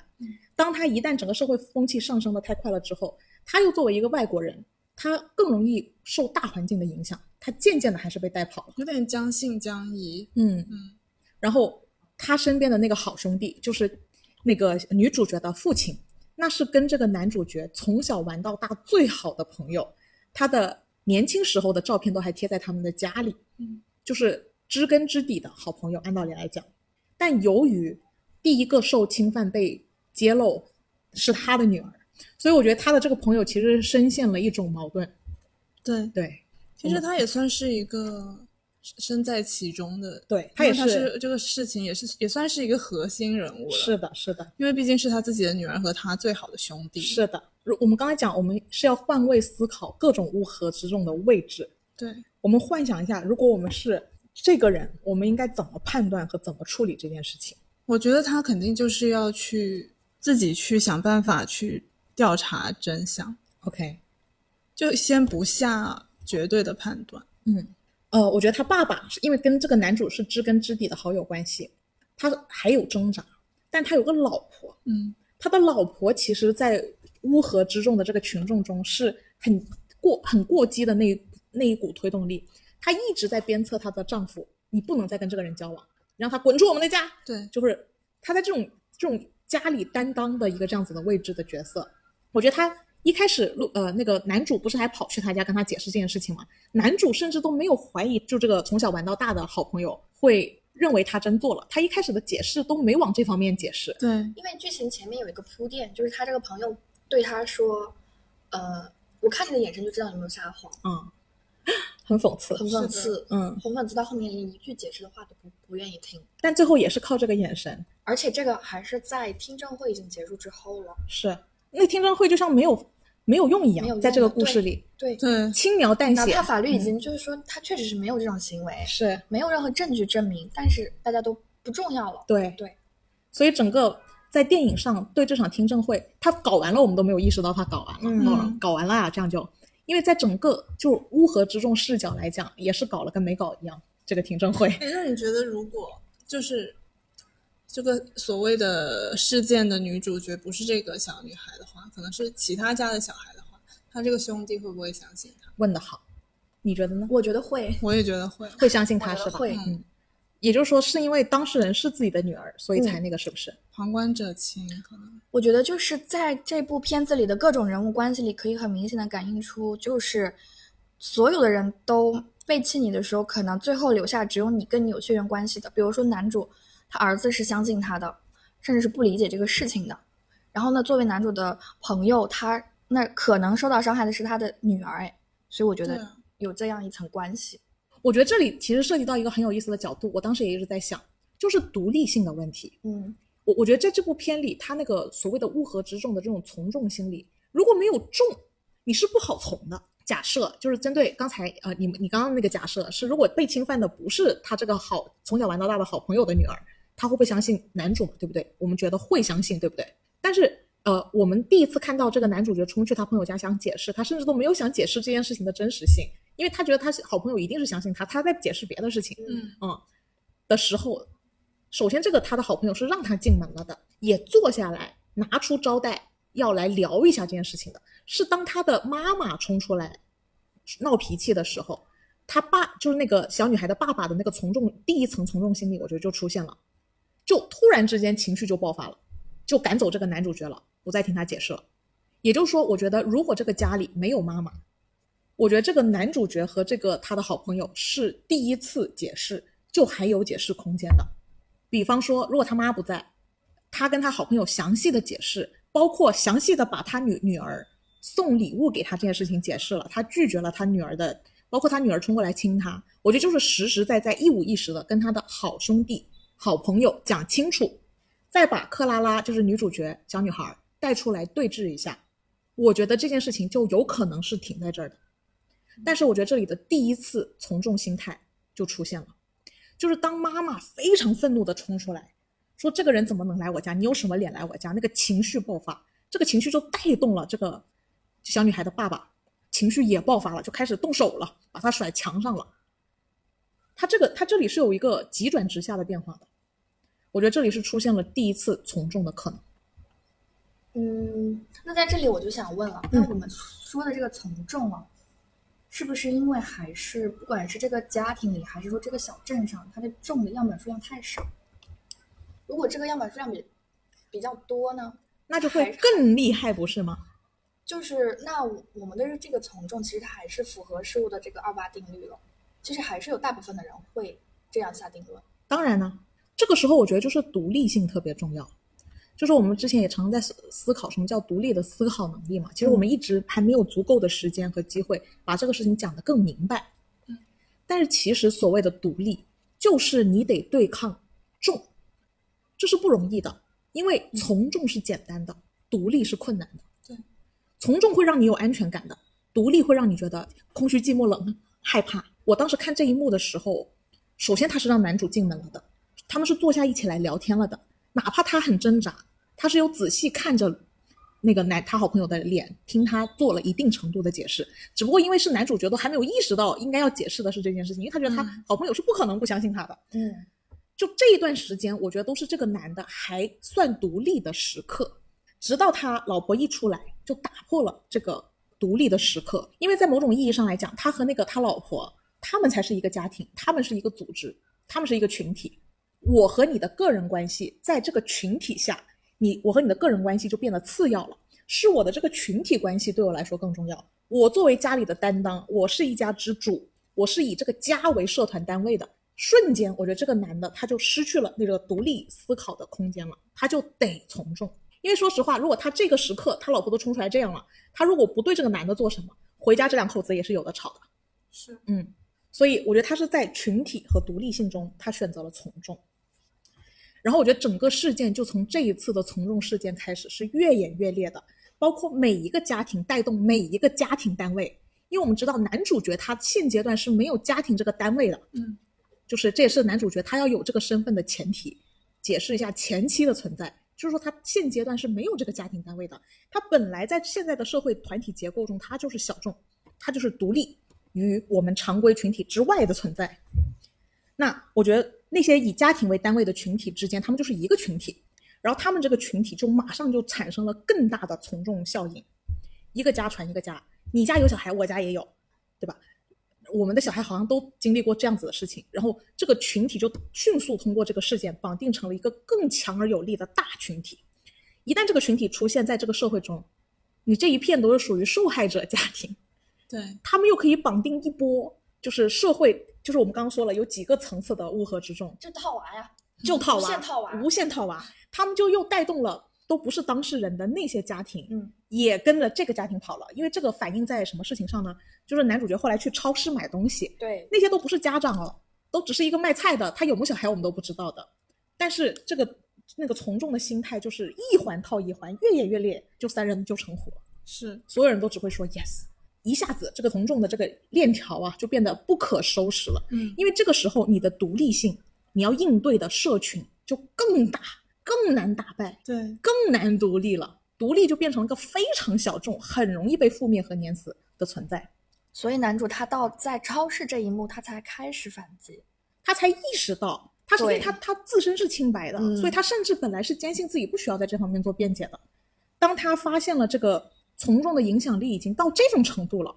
S1: 当他一旦整个社会风气上升的太快了之后，他又作为一个外国人，他更容易受大环境的影响，他渐渐的还是被带跑了。
S3: 有点将信将疑。
S1: 嗯
S3: 嗯，
S1: 然后他身边的那个好兄弟，就是那个女主角的父亲，那是跟这个男主角从小玩到大最好的朋友，他的年轻时候的照片都还贴在他们的家里，
S3: 嗯，
S1: 就是知根知底的好朋友。按道理来讲，但由于第一个受侵犯被揭露是他的女儿，所以我觉得他的这个朋友其实深陷了一种矛盾。
S3: 对，
S1: 对嗯
S3: 其实他也算是一个身在其中的，
S1: 对，他也
S3: 因为
S1: 是，
S3: 这个事情也是也算是一个核心人物了，
S1: 是的，是的。
S3: 因为毕竟是他自己的女儿和他最好的兄弟，
S1: 是的，如我们刚才讲，我们是要换位思考各种乌合之众的位置。
S3: 对，
S1: 我们幻想一下，如果我们是这个人，我们应该怎么判断和怎么处理这件事情？
S3: 我觉得他肯定就是要去自己去想办法去调查真相，
S1: OK，
S3: 就先不下绝对的判断。
S1: 嗯，呃，我觉得他爸爸是因为跟这个男主是知根知底的好友关系，他还有挣扎，但他有个老婆，
S3: 嗯
S1: 他的老婆其实，在乌合之众的这个群众中是很过很过激的那一那一股推动力，她一直在鞭策她的丈夫，你不能再跟这个人交往，让他滚出我们的家，，
S3: 对，
S1: 就是她在这种这种家里担当的一个这样子的位置的角色，我觉得她一开始陆呃那个男主不是还跑去他家跟他解释这件事情吗？男主甚至都没有怀疑，就这个从小玩到大的好朋友会认为他真做了，他一开始的解释都没往这方面解释，
S3: 对，
S2: 因为剧情前面有一个铺垫，就是他这个朋友对他说，呃，我看你的眼神就知道你有没有 撒谎，
S1: 啊、很讽刺，
S2: 很讽刺，
S1: 嗯，
S2: 很讽刺到后面连一句解释的话都不不愿意听，
S1: 但最后也是靠这个眼神，
S2: 而且这个还是在听证会已经结束之后了，
S1: 是那听证会就像没有没有用一
S2: 没有
S1: 样，
S2: 用
S1: 在这个故事里
S2: 对，
S3: 对，
S1: 轻描淡
S2: 哪
S1: 写
S2: 怕，法律已经就是说他确实是没有这种行为，
S1: 是
S2: 没有任何证据证明，但是大家都不重要了，
S1: 对
S2: 对，
S1: 所以整个在电影上对这场听证会，他搞完了，我们都没有意识到他搞完了，
S2: 嗯
S1: 搞了搞完了啊，这样就，因为在整个就乌合之众视角来讲，也是搞了跟没搞一样。这个听证会，
S3: 哎，那你觉得如果就是这个所谓的事件的女主角不是这个小女孩的话，可能是其他家的小孩的话，她这个兄弟会不会相信她？
S1: 问的好，你觉得呢？
S2: 我觉得会，
S3: 我也觉得会。
S1: 会相信
S2: 我
S1: 他
S2: 觉
S1: 是
S2: 得
S1: 吧？
S2: 会，
S3: 嗯
S1: 嗯，也就是说，是因为当事人是自己的女儿，所以才
S2: 嗯
S1: 那个，是不是？
S3: 旁观者清，可能
S2: 我觉得就是在这部片子里的各种人物关系里，可以很明显的感映出，就是所有的人都背弃你的时候，可能最后留下只有你跟你有血缘关系的。比如说男主，他儿子是相信他的，甚至是不理解这个事情的。然后呢，作为男主的朋友，他那可能受到伤害的是他的女儿，哎，所以我觉
S3: 对
S2: 得有这样一层关系。
S1: 我觉得这里其实涉及到一个很有意思的角度，我当时也一直在想，就是独立性的问题。
S2: 嗯，
S1: 我我觉得在这部片里，他那个所谓的乌合之众的这种从众心理，如果没有众，你是不好从的。假设就是针对刚才呃，你们你刚刚那个假设是，如果被侵犯的不是他这个好从小玩到大的好朋友的女儿，他会不会相信男主嘛？对不对？我们觉得会相信，对不对？但是呃，我们第一次看到这个男主角冲去他朋友家想解释，他甚至都没有想解释这件事情的真实性，因为他觉得他好朋友一定是相信他，他在解释别的事情。
S3: 嗯
S1: 嗯的时候，首先这个他的好朋友是让他进门了的，也坐下来拿出招待要来聊一下这件事情的，是当他的妈妈冲出来闹脾气的时候，他爸就是那个小女孩的爸爸的那个从众第一层从众心理，我觉得就出现了，就突然之间情绪就爆发了，就赶走这个男主角了，不再听他解释了。也就是说，我觉得如果这个家里没有妈妈，我觉得这个男主角和这个他的好朋友是第一次解释，就还有解释空间的。比方说，如果他妈不在，他跟他好朋友详细的解释，包括详细的把他女女儿送礼物给他这件事情解释了，他拒绝了他女儿的，包括他女儿冲过来亲他，我觉得就是实实在在、一五一十的跟他的好兄弟、好朋友讲清楚，再把克拉拉就是女主角小女孩带出来对峙一下，我觉得这件事情就有可能是停在这儿的。但是我觉得这里的第一次从众心态就出现了，就是当妈妈非常愤怒的冲出来，说这个人怎么能来我家？你有什么脸来我家？那个情绪爆发，这个情绪就带动了这个小女孩的爸爸，情绪也爆发了，就开始动手了，把她甩墙上了。他这个他这里是有一个急转直下的变化的，我觉得这里是出现了第一次从众的可能。
S2: 嗯，那在这里我就想问了，那我们说的这个从众啊，是不是因为还是不管是这个家庭里，还是说这个小镇上，它的种的样本数量太少？如果这个样本数量比比较多呢，
S1: 那就会更厉害，不是吗？
S2: 就是那我我们的这个从众，其实它还是符合事物的这个二八定律了。其实还是有大部分的人会这样下定论。
S1: 当然呢，这个时候我觉得就是独立性特别重要，就是我们之前也常常在思思考什么叫独立的思考能力嘛。其实我们一直还没有足够的时间和机会把这个事情讲得更明白。但是其实所谓的独立，就是你得对抗众，这是不容易的，因为从众是简单的，独立是困难的。
S3: 对，
S1: 从众会让你有安全感的，独立会让你觉得空虚、寂寞、冷、害怕。我当时看这一幕的时候，首先他是让男主进门了的，他们是坐下一起来聊天了的，哪怕他很挣扎，他是有仔细看着那个男他好朋友的脸，听他做了一定程度的解释。只不过因为是男主角都还没有意识到应该要解释的是这件事情，因为他觉得他
S3: 嗯
S1: 好朋友是不可能不相信他的。
S2: 嗯
S1: 就这一段时间，我觉得都是这个男的还算独立的时刻，直到他老婆一出来，就打破了这个独立的时刻。因为在某种意义上来讲，他和那个他老婆，他们才是一个家庭，他们是一个组织，他们是一个群体。我和你的个人关系，在这个群体下，你我和你的个人关系就变得次要了，是我的这个群体关系对我来说更重要。我作为家里的担当，我是一家之主，我是以这个家为社团单位的。瞬间，我觉得这个男的他就失去了那个独立思考的空间了，他就得从众。因为说实话，如果他这个时刻他老婆都冲出来这样了，他如果不对这个男的做什么，回家这两口子也是有的吵的。
S3: 是
S1: 嗯，所以我觉得他是在群体和独立性中，他选择了从众。然后我觉得整个事件就从这一次的从众事件开始是越演越烈的，包括每一个家庭带动每一个家庭单位，因为我们知道男主角他现阶段是没有家庭这个单位的，
S3: 嗯，
S1: 就是这也是男主角他要有这个身份的前提。解释一下前期的存在，就是说他现阶段是没有这个家庭单位的，他本来在现在的社会团体结构中，他就是小众，他就是独立于我们常规群体之外的存在。那我觉得那些以家庭为单位的群体之间，他们就是一个群体，然后他们这个群体就马上就产生了更大的从众效应，一个家传一个家，你家有小孩，我家也有，对吧？我们的小孩好像都经历过这样子的事情，然后这个群体就迅速通过这个事件绑定成了一个更强而有力的大群体。一旦这个群体出现在这个社会中，你这一片都是属于受害者家庭，
S3: 对，
S1: 他们又可以绑定一波，就是社会，就是我们刚刚说了有几个层次的乌合之众，
S2: 就套娃呀，
S1: 就套娃，
S2: 无限套娃
S1: 无限套娃，他们就又带动了都不是当事人的那些家庭，
S2: 嗯，
S1: 也跟着这个家庭跑了。因为这个反映在什么事情上呢？就是男主角后来去超市买东西，
S2: 对，
S1: 那些都不是家长哦，都只是一个卖菜的，他有没有小孩我们都不知道的。但是这个那个从众的心态就是一环套一环，越演越烈，就三人就成虎了。
S3: 是
S1: 所有人都只会说 yes，一下子这个从众的这个链条啊就变得不可收拾了。
S3: 嗯
S1: 因为这个时候你的独立性，你要应对的社群就更大、更难打败、
S3: 对
S1: 更难独立了。独立就变成了一个非常小众、很容易被负面和碾死的存在。
S2: 所以男主他到在超市这一幕，他才开始反击。
S1: 他才意识到，他是因为
S2: 对
S1: 他他自身是清白的，
S3: 嗯
S1: 所以他甚至本来是坚信自己不需要在这方面做辩解的。当他发现了这个从众的影响力已经到这种程度了，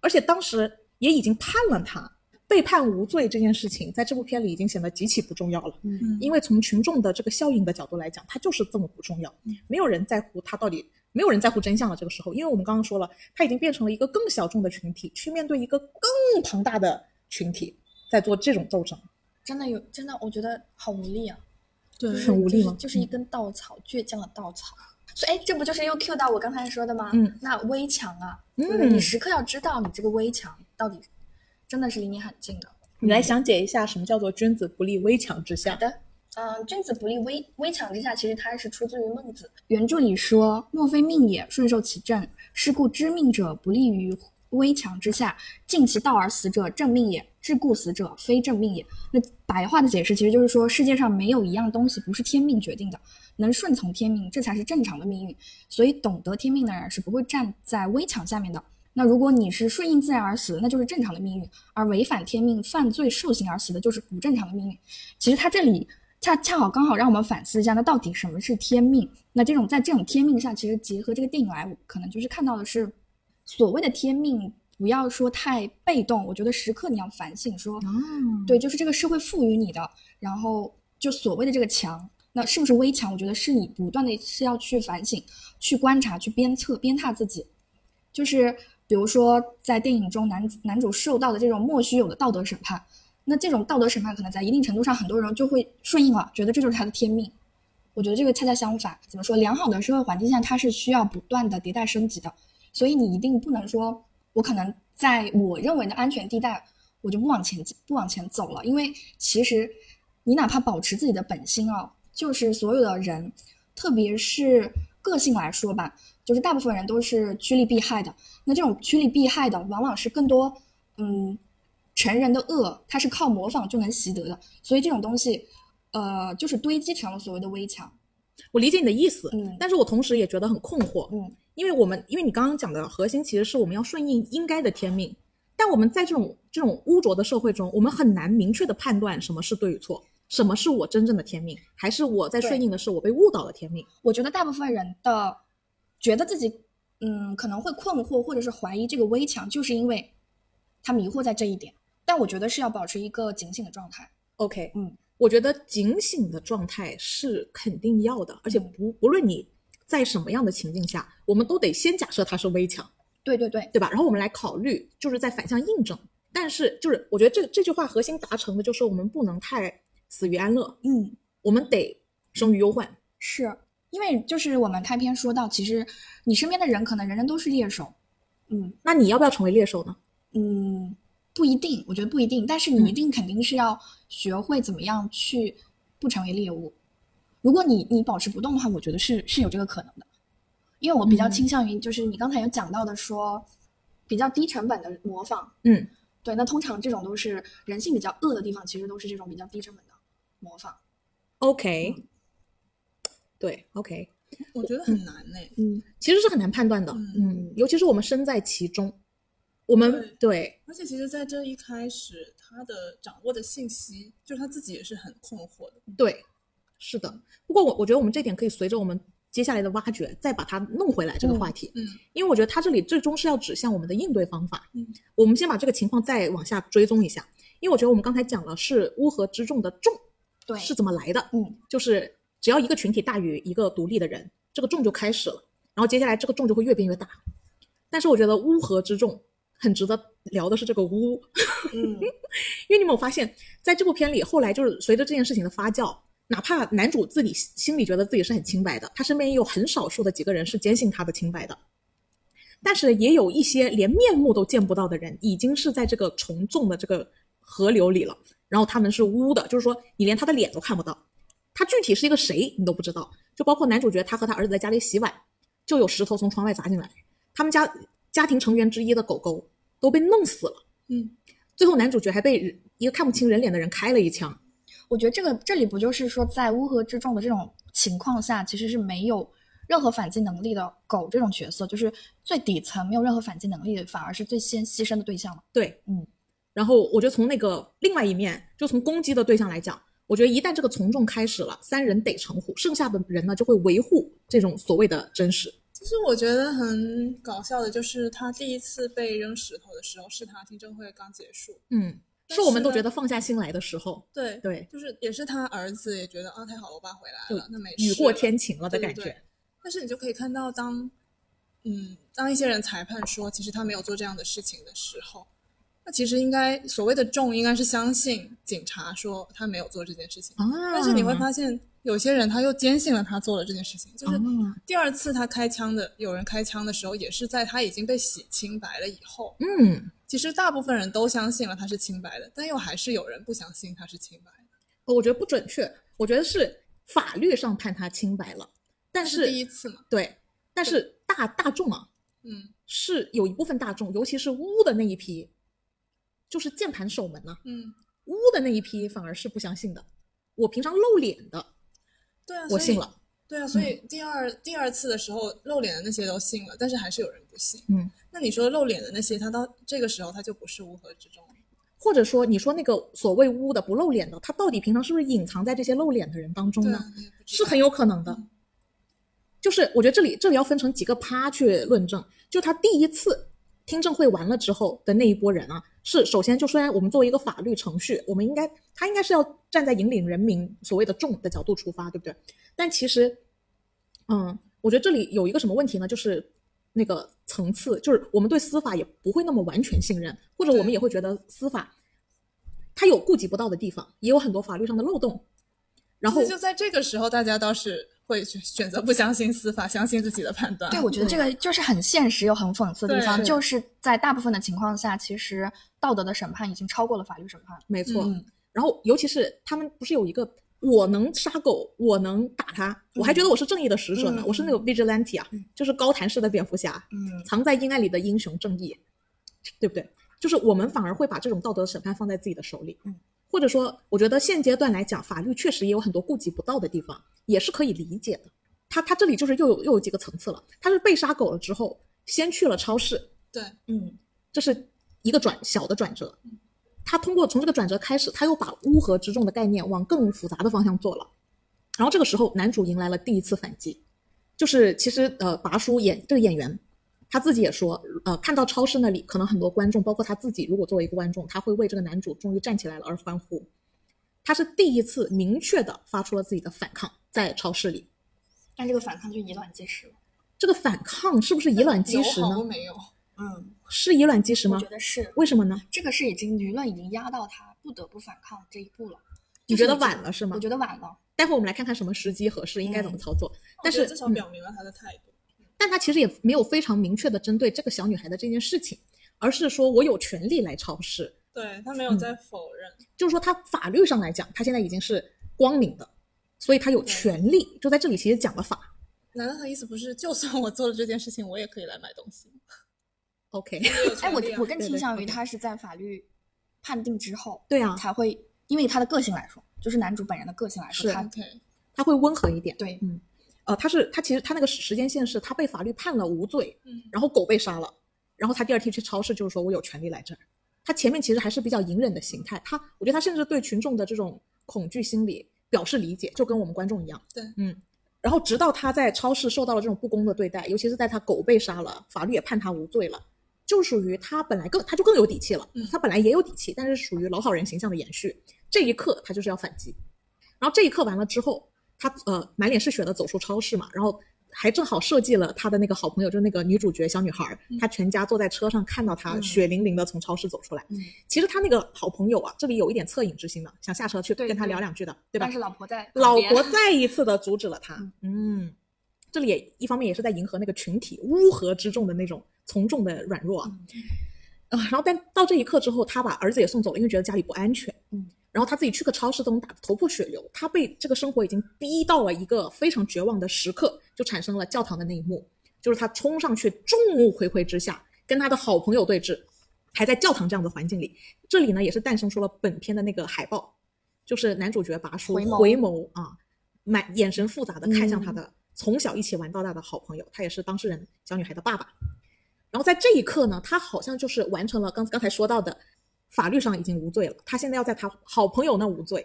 S1: 而且当时也已经判了他被判无罪这件事情，在这部片里已经显得极其不重要了。
S3: 嗯
S1: 因为从群众的这个效应的角度来讲，它就是这么不重要，没有人在乎它到底，没有人在乎真相了。这个时候，因为我们刚刚说了，它已经变成了一个更小众的群体，去面对一个更庞大的群体，在做这种斗争。
S2: 真的有，真的，我觉得好无力啊！
S3: 对
S2: 就是
S1: 很无力
S2: 就是
S1: 吗
S2: 就是一根稻草，倔强的稻草。所以，哎，这不就是又 Q 到我刚才说的吗？
S1: 嗯，
S2: 那危墙啊，
S1: 嗯
S2: 对不对你时刻要知道你这个危墙到底真的是离你很近的。
S1: 你来详解一下什么叫做君子不立危墙之
S2: 好
S1: 下？
S2: 的，嗯，君子不立危危墙之下，其实它是出自于孟子。原著里说：“莫非命也，顺受其正。是故知命者不立于危墙之下，尽其道而死者正命也，至故死者非正命也。”那白话的解释其实就是说，世界上没有一样东西不是天命决定的，能顺从天命，这才是正常的命运。所以，懂得天命的人是不会站在危墙下面的。那如果你是顺应自然而死，那就是正常的命运；而违反天命、犯罪受刑而死的，就是不正常的命运。其实它这里恰恰好刚好让我们反思一下，那到底什么是天命？那这种在这种天命上，其实结合这个电影来，我可能就是看到的是所谓的天命，不要说太被动，我觉得时刻你要反省说，对，就是这个社会赋予你的，然后就所谓的这个墙，那是不是危墙？我觉得是你不断的是要去反省、去观察、去鞭策、鞭挞自己。就是比如说，在电影中男主男主受到的这种莫须有的道德审判，那这种道德审判可能在一定程度上，很多人就会顺应了，觉得这就是他的天命。我觉得这个恰恰相反，怎么说？良好的社会环境下，它是需要不断的迭代升级的，所以你一定不能说，我可能在我认为的安全地带，我就不往前进不往前走了，因为其实你哪怕保持自己的本心哦，就是所有的人，特别是个性来说吧，就是大部分人都是趋利避害的。那这种趋利避害的，往往是更多嗯成人的恶，它是靠模仿就能习得的，所以这种东西，呃，就是堆积成了所谓的危墙。
S1: 我理解你的意思，
S2: 嗯
S1: 但是我同时也觉得很困惑，
S2: 嗯，
S1: 因为我们因为你刚刚讲的核心其实是我们要顺应应该的天命，但我们在这种这种污浊的社会中，我们很难明确的判断什么是对与错，什么是我真正的天命，还是我在
S2: 对
S1: 顺应的是我被误导的天命。
S2: 我觉得大部分人的觉得自己嗯可能会困惑或者是怀疑这个危墙，就是因为他迷惑在这一点。但我觉得是要保持一个警醒的状态。
S1: OK，
S2: 嗯，
S1: 我觉得警醒的状态是肯定要的，而且
S2: 嗯
S1: 不不论你在什么样的情境下，我们都得先假设它是危墙，
S2: 对对对，
S1: 对吧？然后我们来考虑，就是在反向印证。但是就是我觉得这这句话核心达成的就是我们不能太死于安乐，
S2: 嗯，
S1: 我们得生于忧患。
S2: 是因为就是我们开篇说到，其实你身边的人可能人人都是猎手，嗯
S1: 那你要不要成为猎手呢？
S2: 嗯，不一定，我觉得不一定，但是你一
S1: 嗯
S2: 定肯定是要学会怎么样去不成为猎物。如果你你保持不动的话，我觉得是是有这个可能的，因为我比较
S1: 嗯
S2: 倾向于就是你刚才有讲到的说比较低成本的模仿，
S1: 嗯，
S2: 对，那通常这种都是人性比较恶的地方，其实都是这种比较低成本的模仿。
S1: OK，对，OK，
S3: 我觉得很难呢、
S2: 嗯，
S1: 其实是很难判断的，
S3: 嗯
S1: 嗯，尤其是我们身在其中，我们
S3: 对
S1: 对
S3: 而且其实，在这一开始，他的掌握的信息，就是他自己也是很困惑的。
S1: 对，是的。不过我我觉得我们这点可以随着我们接下来的挖掘，再把它弄回来这个话题，
S3: 嗯，
S1: 因为我觉得它这里最终是要指向我们的应对方法。
S3: 嗯，
S1: 我们先把这个情况再往下追踪一下，因为我觉得我们刚才讲了是乌合之众的众
S2: 对，
S1: 是怎么来的，
S2: 嗯，
S1: 就是只要一个群体大于一个独立的人，这个众就开始了，然后接下来这个众就会越变越大。但是我觉得乌合之众很值得聊的是这个乌，
S2: 嗯，
S1: 因为你有没有发现，在这部片里，后来就是随着这件事情的发酵，哪怕男主自己心里觉得自己是很清白的，他身边也有很少数的几个人是坚信他的清白的，但是也有一些连面目都见不到的人，已经是在这个从众的这个河流里了。然后他们是污的，就是说你连他的脸都看不到，他具体是一个谁你都不知道。就包括男主角他和他儿子在家里洗碗，就有石头从窗外砸进来，他们家家庭成员之一的狗狗都被弄死了。
S3: 嗯，
S1: 最后男主角还被人一个看不清人脸的人开了一枪。
S2: 我觉得这个这里不就是说，在乌合之众的这种情况下，其实是没有任何反击能力的狗这种角色，就是最底层没有任何反击能力，反而是最先牺牲的对象嘛。
S1: 对，
S2: 嗯。
S1: 然后我觉得从那个另外一面，就从攻击的对象来讲，我觉得一旦这个从众开始了，三人得成虎，剩下的人呢就会维护这种所谓的真实。
S3: 其实我觉得很搞笑的，就是他第一次被扔石头的时候，是他听证会刚结束，
S1: 嗯，
S3: 但
S1: 是我们
S3: 是
S1: 都
S3: 呢
S1: 觉得放下心来的时候，
S3: 对，
S1: 对，
S3: 就是也是他儿子也觉得啊，太好了，我爸回来
S1: 就
S3: 了，那没事
S1: 雨过
S3: 了
S1: 天晴了的
S3: 对
S1: 感
S3: 对
S1: 觉。
S3: 对但是你就可以看到当，嗯，当一些人裁判说其实他没有做这样的事情的时候，那其实应该所谓的众应该是相信警察说他没有做这件事情，
S1: 啊，
S3: 但是你会发现有些人他又坚信了他做了这件事情，就是
S1: 啊
S3: 第二次他开枪的有人开枪的时候，也是在他已经被洗清白了以后，
S1: 嗯
S3: 其实大部分人都相信了他是清白的，但又还是有人不相信他是清白的，
S1: 我觉得不准确，我觉得是法律上判他清白了，但
S3: 这
S1: 是
S3: 第一次嘛，
S1: 对，但是大大众啊，
S3: 嗯
S1: 是有一部分大众，尤其是污的那一批，就是键盘手们呢、
S3: 嗯，
S1: 污的那一批反而是不相信的。我平常露脸的，
S3: 对啊，
S1: 我
S3: 所以
S1: 信了。嗯
S3: 对啊，所以第二、第二次的时候露脸的那些都信了，但是还是有人不信。
S1: 嗯，
S3: 那你说露脸的那些，他到这个时候他就不是乌合之众了。
S1: 或者说，你说那个所谓污的不露脸的，他到底平常是不是隐藏在这些露脸的人当中
S3: 对
S1: 呢
S3: 啊？，你也不知
S1: 嗯是
S3: 道
S1: 很有可能的
S3: 嗯。
S1: 就是我觉得这里这里要分成几个趴去论证。就他第一次听证会完了之后的那一波人啊，是首先就虽然我们作为一个法律程序，我们应该他应该是要站在引领人民所谓的众的角度出发，对不对？但其实，嗯，我觉得这里有一个什么问题呢？就是那个层次，就是我们对司法也不会那么完全信任，或者我们
S3: 对
S1: 也会觉得司法它有顾及不到的地方，也有很多法律上的漏洞。然后
S3: 其实就在这个时候，大家倒是会选选择不相信司法，相信自己的判断。
S2: 对，我觉得这个就是很现实又很讽刺的地方，
S3: 对
S2: 就是在大部分的情况下，其实道德的审判已经超过了法律审判。
S1: 没错。
S3: 嗯
S1: 然后尤其是他们不是有一个我能杀狗，我能打他，我还觉得我是正义的使者呢，
S2: 嗯
S1: 我是那种 vigilante 啊，就是高谭市的蝙蝠侠，
S2: 嗯，
S1: 藏在阴暗里的英雄正义，对不对？就是我们反而会把这种道德审判放在自己的手里，
S2: 嗯
S1: 或者说，我觉得现阶段来讲，法律确实也有很多顾及不到的地方，也是可以理解的。他他这里就是又有又有几个层次了，他是被杀狗了之后，先去了超市，
S3: 对，
S1: 嗯，这是一个转小的转折。他通过从这个转折开始，他又把乌合之众的概念往更复杂的方向做了。然后这个时候，男主迎来了第一次反击，就是其实呃，拔叔演这个演员，他自己也说，呃，看到超市那里，可能很多观众，包括他自己，如果作为一个观众，他会为这个男主终于站起来了而欢呼。他是第一次明确的发出了自己的反抗，在超市里，
S2: 但这个反抗就以卵击石了。
S1: 这个反抗是不是以卵击石
S3: 有好
S1: 呢
S3: 过？没有？
S2: 嗯，
S1: 是以卵击石
S2: 我
S1: 吗
S2: 觉？得是，
S1: 为什么呢？
S2: 这个是已经舆论已经压到他不得不反抗这一步了。
S1: 你觉
S2: 就是
S1: 得
S2: 已经
S1: 晚了是吗
S2: 我？觉得晚了。
S1: 待会儿我们来看看什么时机合适，应该怎么操作。但
S3: 我
S1: 是
S3: 觉得至少
S1: 嗯
S3: 表明了他的态度。
S1: 但他其实也没有非常明确的针对这个小女孩的这件事情，而是说我有权利来超市，
S3: 对他没有在否认，
S1: 就是说他法律上来讲，他现在已经是光明的，所以他有权利。就在这里其实讲了法
S3: 难道他意思不是，就算我做了这件事情，我也可以来买东西？
S1: ，OK，
S2: 哎，我
S3: 啊
S2: 我更
S1: 对
S2: 倾
S1: 对
S2: 向
S1: ，OK
S2: 于他是在法律判定之后
S1: 对啊，
S2: 才会，因为他的个性来说，就是男主本人的个性来说，
S1: 是
S2: 他
S3: OK，
S1: 他会温和一点。
S2: 对
S1: 嗯，呃，他是他其实他那个时间线是他被法律判了无罪，
S3: 嗯，
S1: 然后狗被杀了，然后他第二天去超市就是说我有权利来这儿。他前面其实还是比较隐忍的形态，他我觉得他甚至对群众的这种恐惧心理表示理解，就跟我们观众一样。
S3: 对
S1: 嗯。然后直到他在超市受到了这种不公的对待，尤其是在他狗被杀了，法律也判他无罪了，就属于他本来更他就更有底气了。
S3: 嗯
S1: 他本来也有底气，但是属于老好人形象的延续。这一刻他就是要反击，然后这一刻完了之后，他呃满脸是血的走出超市嘛，然后还正好设计了他的那个好朋友，就是那个女主角小女孩儿，她全家坐在车上看到她
S2: 嗯
S1: 血淋淋的从超市走出来。
S2: 嗯
S1: 其实她那个好朋友啊，这里有一点恻隐之心的，想下车去
S2: 对
S1: 跟她
S2: 对
S1: 聊两句的，对吧
S2: 但是？老婆在
S1: 老
S2: 旁边
S1: 婆再一次的阻止了她
S2: 嗯。
S1: 嗯，这里也一方面也是在迎合那个群体乌合之众的那种从众的软弱啊。
S2: 嗯
S1: 啊，然后但到这一刻之后，他把儿子也送走了，因为觉得家里不安全。
S2: 嗯，
S1: 然后他自己去个超市都能打得头破血流，他被这个生活已经逼到了一个非常绝望的时刻，就产生了教堂的那一幕，就是他冲上去，众目睽睽之下跟他的好朋友对峙，还在教堂这样的环境里。这里呢，也是诞生出了本片的那个海报，就是男主角拔叔
S2: 回眸
S1: 回眸啊，满眼神复杂的看向他
S2: 嗯
S1: 的从小一起玩到大的好朋友，他也是当事人小女孩的爸爸。然后在这一刻呢，他好像就是完成了刚刚才说到的，法律上已经无罪了，他现在要在他好朋友那无罪。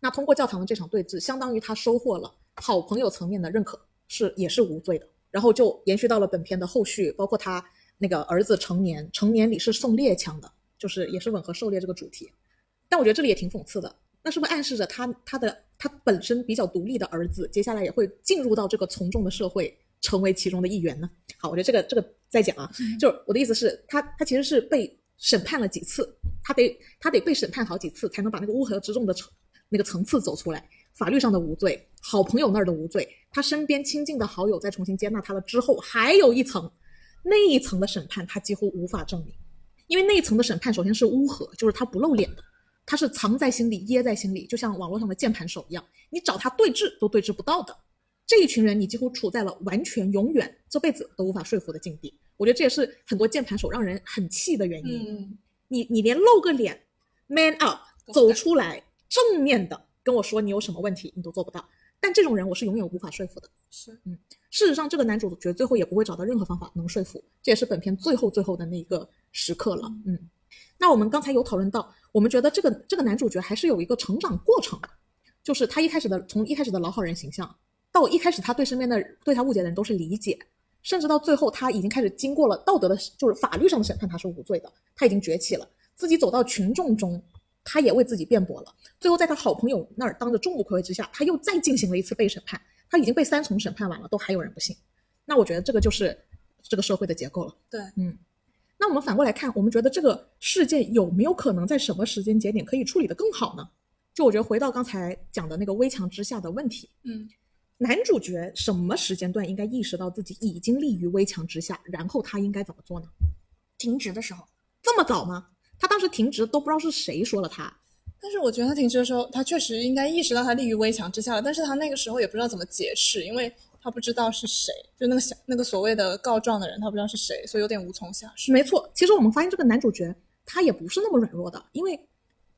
S1: 那通过教堂的这场对峙，相当于他收获了好朋友层面的认可，是也是无罪的。然后就延续到了本片的后续，包括他那个儿子成年，成年礼是送猎枪的，就是也是吻合狩猎这个主题。但我觉得这里也挺讽刺的，那是不是暗示着他他的他本身比较独立的儿子，接下来也会进入到这个从众的社会，成为其中的一员呢？好，我觉得这个这个再讲啊，就是我的意思是，他他其实是被审判了几次，他得他得被审判好几次，才能把那个乌合之众的层那个层次走出来。法律上的无罪，好朋友那儿的无罪，他身边亲近的好友再重新接纳他了之后，还有一层，那一层的审判他几乎无法证明，因为那一层的审判首先是乌合，就是他不露脸的，他是藏在心里、掖在心里，就像网络上的键盘手一样，你找他对峙都对峙不到的。这一群人，你几乎处在了完全永远这辈子都无法说服的境地。我觉得这也是很多键盘手让人很气的原因。
S3: 嗯，
S1: 你你连露个脸，man up，
S3: 都不敢
S1: 走出来，正面的跟我说你有什么问题，你都做不到。但这种人我是永远无法说服的。
S3: 是嗯
S1: 事实上，这个男主角最后也不会找到任何方法能说服，这也是本片最后最后的那一个时刻了。嗯，那我们刚才有讨论到，我们觉得这个这个男主角还是有一个成长过程的，就是他一开始的从一开始的老好人形象，到一开始他对身边的对他误解的人都是理解，甚至到最后他已经开始经过了道德的，就是法律上的审判，他是无罪的，他已经崛起了，自己走到群众中。他也为自己辩驳了，最后在他好朋友那儿当着众目睽睽之下，他又再进行了一次被审判，他已经被三重审判完了，都还有人不信，那我觉得这个就是这个社会的结构了。
S3: 对，
S1: 嗯。那我们反过来看，我们觉得这个事件有没有可能在什么时间节点可以处理得更好呢？就我觉得回到刚才讲的那个危墙之下的问题，
S3: 嗯，
S1: 男主角什么时间段应该意识到自己已经立于危墙之下，然后他应该怎么做呢？
S2: 停职的时候，
S1: 这么早吗？他当时停职都不知道是谁说了他，
S3: 但是我觉得他停职的时候，他确实应该意识到他立于危墙之下了，但是他那个时候也不知道怎么解释，因为他不知道是谁，就那个小那个所谓的告状的人，他不知道是谁，所以有点无从下手。
S1: 没错，其实我们发现这个男主角他也不是那么软弱的，因为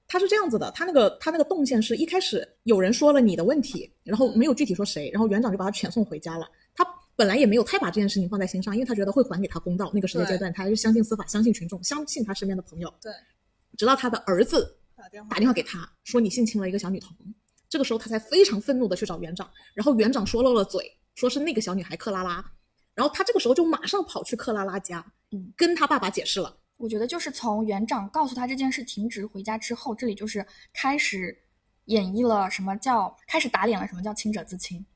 S1: 他是这样子的，他那个他那个动线是一开始有人说了你的问题，然后没有具体说谁，然后园长就把他遣送回家了。他本来也没有太把这件事情放在心上，因为他觉得会还给他公道。那个时间阶段，他还是相信司法，相信群众，相信他身边的朋友。
S3: 对，
S1: 直到他的儿子
S3: 打电
S1: 打电话给他说你性侵了一个小女童，这个时候他才非常愤怒的去找园长，然后园长说漏了嘴，说是那个小女孩克拉拉，然后他这个时候就马上跑去克拉拉家，
S2: 嗯，
S1: 跟他爸爸解释了。
S2: 我觉得就是从园长告诉他这件事停职回家之后，这里就是开始演绎了什么叫开始打脸了什么叫清者自清。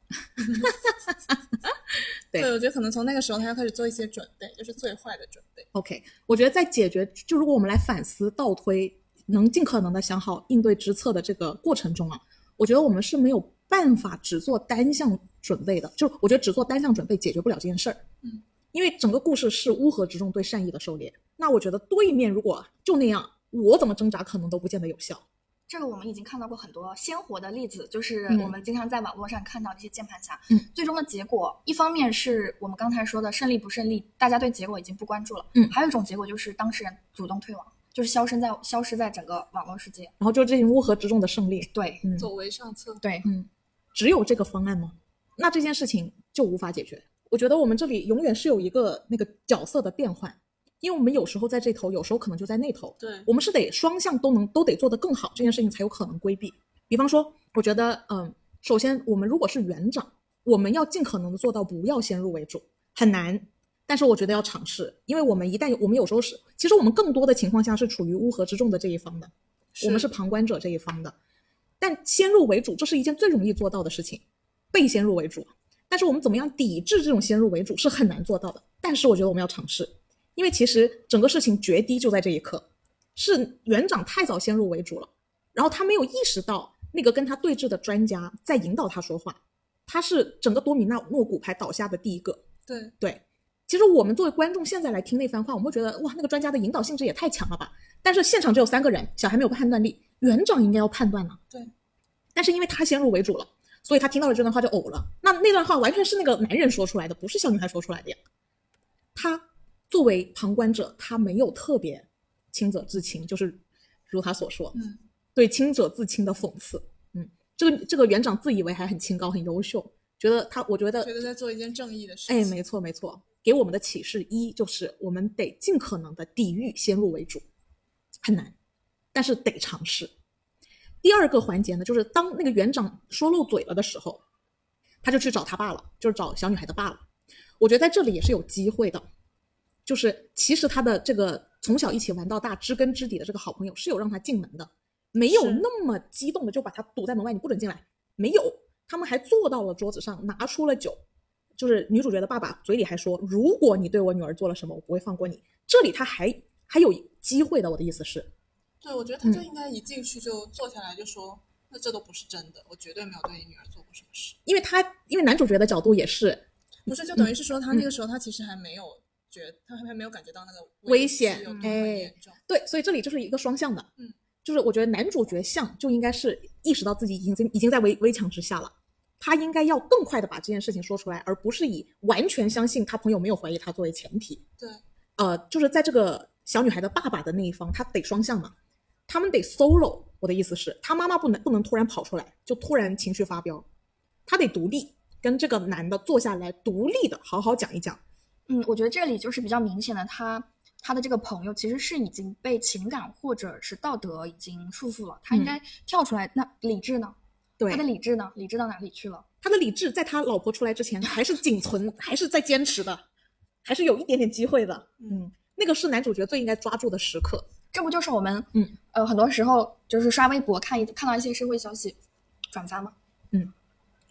S1: 对
S3: 对，我觉得可能从那个时候他要开始做一些准备，就是最坏的准备。
S1: OK，我觉得在解决，就如果我们来反思倒推，能尽可能的想好应对之策的这个过程中啊，我觉得我们是没有办法只做单项准备的，就是我觉得只做单项准备解决不了这件事儿。
S3: 嗯，
S1: 因为整个故事是乌合之众对善意的狩猎，那我觉得对面如果就那样，我怎么挣扎可能都不见得有效。
S2: 这个我们已经看到过很多鲜活的例子，就是
S1: 嗯
S2: 我们经常在网络上看到的一些键盘侠，
S1: 嗯
S2: 最终的结果，一方面是我们刚才说的胜利不胜利，大家对结果已经不关注了，
S1: 嗯
S2: 还有一种结果就是当事人主动退网，就是消失在消失在整个网络世界，
S1: 然后就是这群乌合之众的胜利，
S2: 对
S1: 嗯，
S3: 走为上策，
S2: 对，
S1: 嗯，只有这个方案吗？那这件事情就无法解决。我觉得我们这里永远是有一个那个角色的变换，因为我们有时候在这头，有时候可能就在那头，
S3: 对，
S1: 我们是得双向都能都得做得更好，这件事情才有可能规避。比方说，我觉得，嗯，首先我们如果是园长，我们要尽可能的做到不要先入为主，很难，但是我觉得要尝试，因为我们一旦我们有时候是，其实我们更多的情况下是处于乌合之众的这一方的，我们是旁观者这一方的。但先入为主，这是一件最容易做到的事情，被先入为主。但是我们怎么样抵制这种先入为主是很难做到的。但是我觉得我们要尝试，因为其实整个事情决堤就在这一刻，是园长太早先入为主了，然后他没有意识到那个跟他对峙的专家在引导他说话，他是整个多米纳诺骨牌倒下的第一个。
S3: 对，
S1: 对，其实我们作为观众现在来听那番话，我们会觉得哇，那个专家的引导性质也太强了吧。但是现场只有三个人，小孩没有判断力，园长应该要判断呢、
S3: 对。
S1: 但是因为他先入为主了，所以他听到了这段话就呕了。那那段话完全是那个男人说出来的，不是小女孩说出来的呀。他作为旁观者，他没有特别清者自清，就是如他所说，
S3: 嗯，
S1: 对清者自清的讽刺。嗯，这个这个园长自以为还很清高、很优秀，觉得他，我觉得
S3: 觉得在做一件正义的事情。
S1: 哎，没错没错，给我们的启示一就是我们得尽可能的抵御先入为主，很难，但是得尝试。第二个环节呢，就是当那个园长说漏嘴了的时候，他就去找他爸了，就是找小女孩的爸了。我觉得在这里也是有机会的，就是其实他的这个从小一起玩到大、知根知底的这个好朋友是有让他进门的，没有
S3: 是
S1: 那么激动的就把他堵在门外，你不准进来。没有，他们还坐到了桌子上，拿出了酒。就是女主角的爸爸嘴里还说：“如果你对我女儿做了什么，我不会放过你。”这里他还还有机会的，我的意思是，
S3: 对，我
S1: 嗯
S3: 觉得他就应该一进去就坐下来就说，那这都不是真的，我绝对没有对你女儿做过什么事。
S1: 因为他因为男主角的角度也是
S3: 不是，就等于是说他那个时候他其实还没有觉，他还没有感觉到那个
S1: 危险
S3: 机有多么
S1: 哎
S3: 严重。
S1: 对，所以这里就是一个双向的，
S3: 嗯，
S1: 就是我觉得男主角像就应该是意识到自己已经已经在围围墙之下了，他应该要更快的把这件事情说出来，而不是以完全相信他朋友没有怀疑他作为前提。
S3: 对，
S1: 呃，就是在这个小女孩的爸爸的那一方，他得双向嘛，他们得 solo。我的意思是，他妈妈不能不能突然跑出来，就突然情绪发飙，他得独立，跟这个男的坐下来，独立的好好讲一讲。
S2: 嗯，我觉得这里就是比较明显的他，他的这个朋友其实是已经被情感或者是道德已经束缚了，他应
S1: 嗯
S2: 该跳出来。那理智呢？
S1: 对
S2: 他的理智呢？理智到哪里去了？
S1: 他的理智在他老婆出来之前还是仅存，还是在坚持的，还是有一点点机会的。嗯，那个是男主角最应该抓住的时刻。
S2: 这不就是我们
S1: 嗯
S2: 呃很多时候就是刷微博看一看到一些社会消息，转发吗？
S1: 嗯，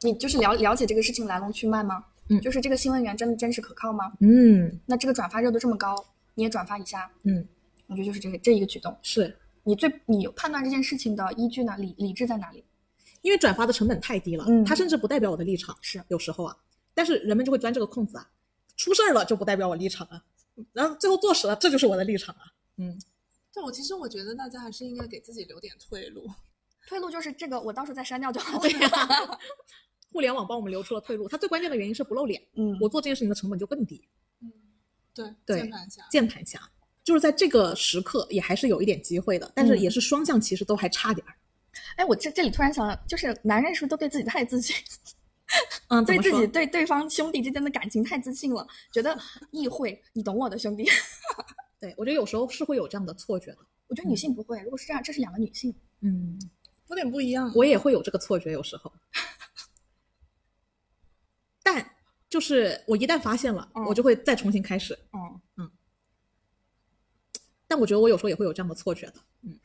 S2: 你就是了了解这个事情来龙去脉吗？
S1: 嗯
S2: 就是这个新闻源真的真实可靠吗？
S1: 嗯
S2: 那这个转发热度这么高，你也转发一下，
S1: 嗯，
S2: 我觉得就是这个这一个举动，
S1: 是
S2: 你最你判断这件事情的依据呢？理理智在哪里？
S1: 因为转发的成本太低了，
S2: 嗯
S1: 他甚至不代表我的立场。
S2: 是
S1: 有时候啊，但是人们就会钻这个空子啊，出事儿了就不代表我立场啊，然后最后坐实了，这就是我的立场啊。 嗯，
S3: 但我其实我觉得大家还是应该给自己留点退路。
S2: 退路就是这个，我到时候再删掉就好了。
S1: 对呀、互联网帮我们留出了退路，它最关键的原因是不露脸，
S2: 嗯，
S1: 我做这件事情的成本就更低。
S3: 嗯，对，
S1: 对
S3: 键盘侠。
S1: 键盘侠，就是在这个时刻也还是有一点机会的，但是也是双向，其实都还差点儿。
S2: 哎，我这这里突然想到，就是男人是不是都对自己太自信，
S1: 嗯，怎
S2: 对
S1: 么
S2: 自
S1: 说
S2: 己对对方兄弟之间的感情太自信了，觉 得意会你懂我的兄弟。
S1: 对我觉得有时候是会有这样的错觉的。
S2: 我觉得女性不会，如果是这样，这是两个女性。
S1: 嗯，
S3: 有点不一样。
S1: 我也会有这个错觉，有时候。但就是我一旦发现了，
S2: 嗯
S1: 我就会再重新开始。
S2: 嗯，
S1: 但我觉得我有时候也会有这样的错觉的，嗯。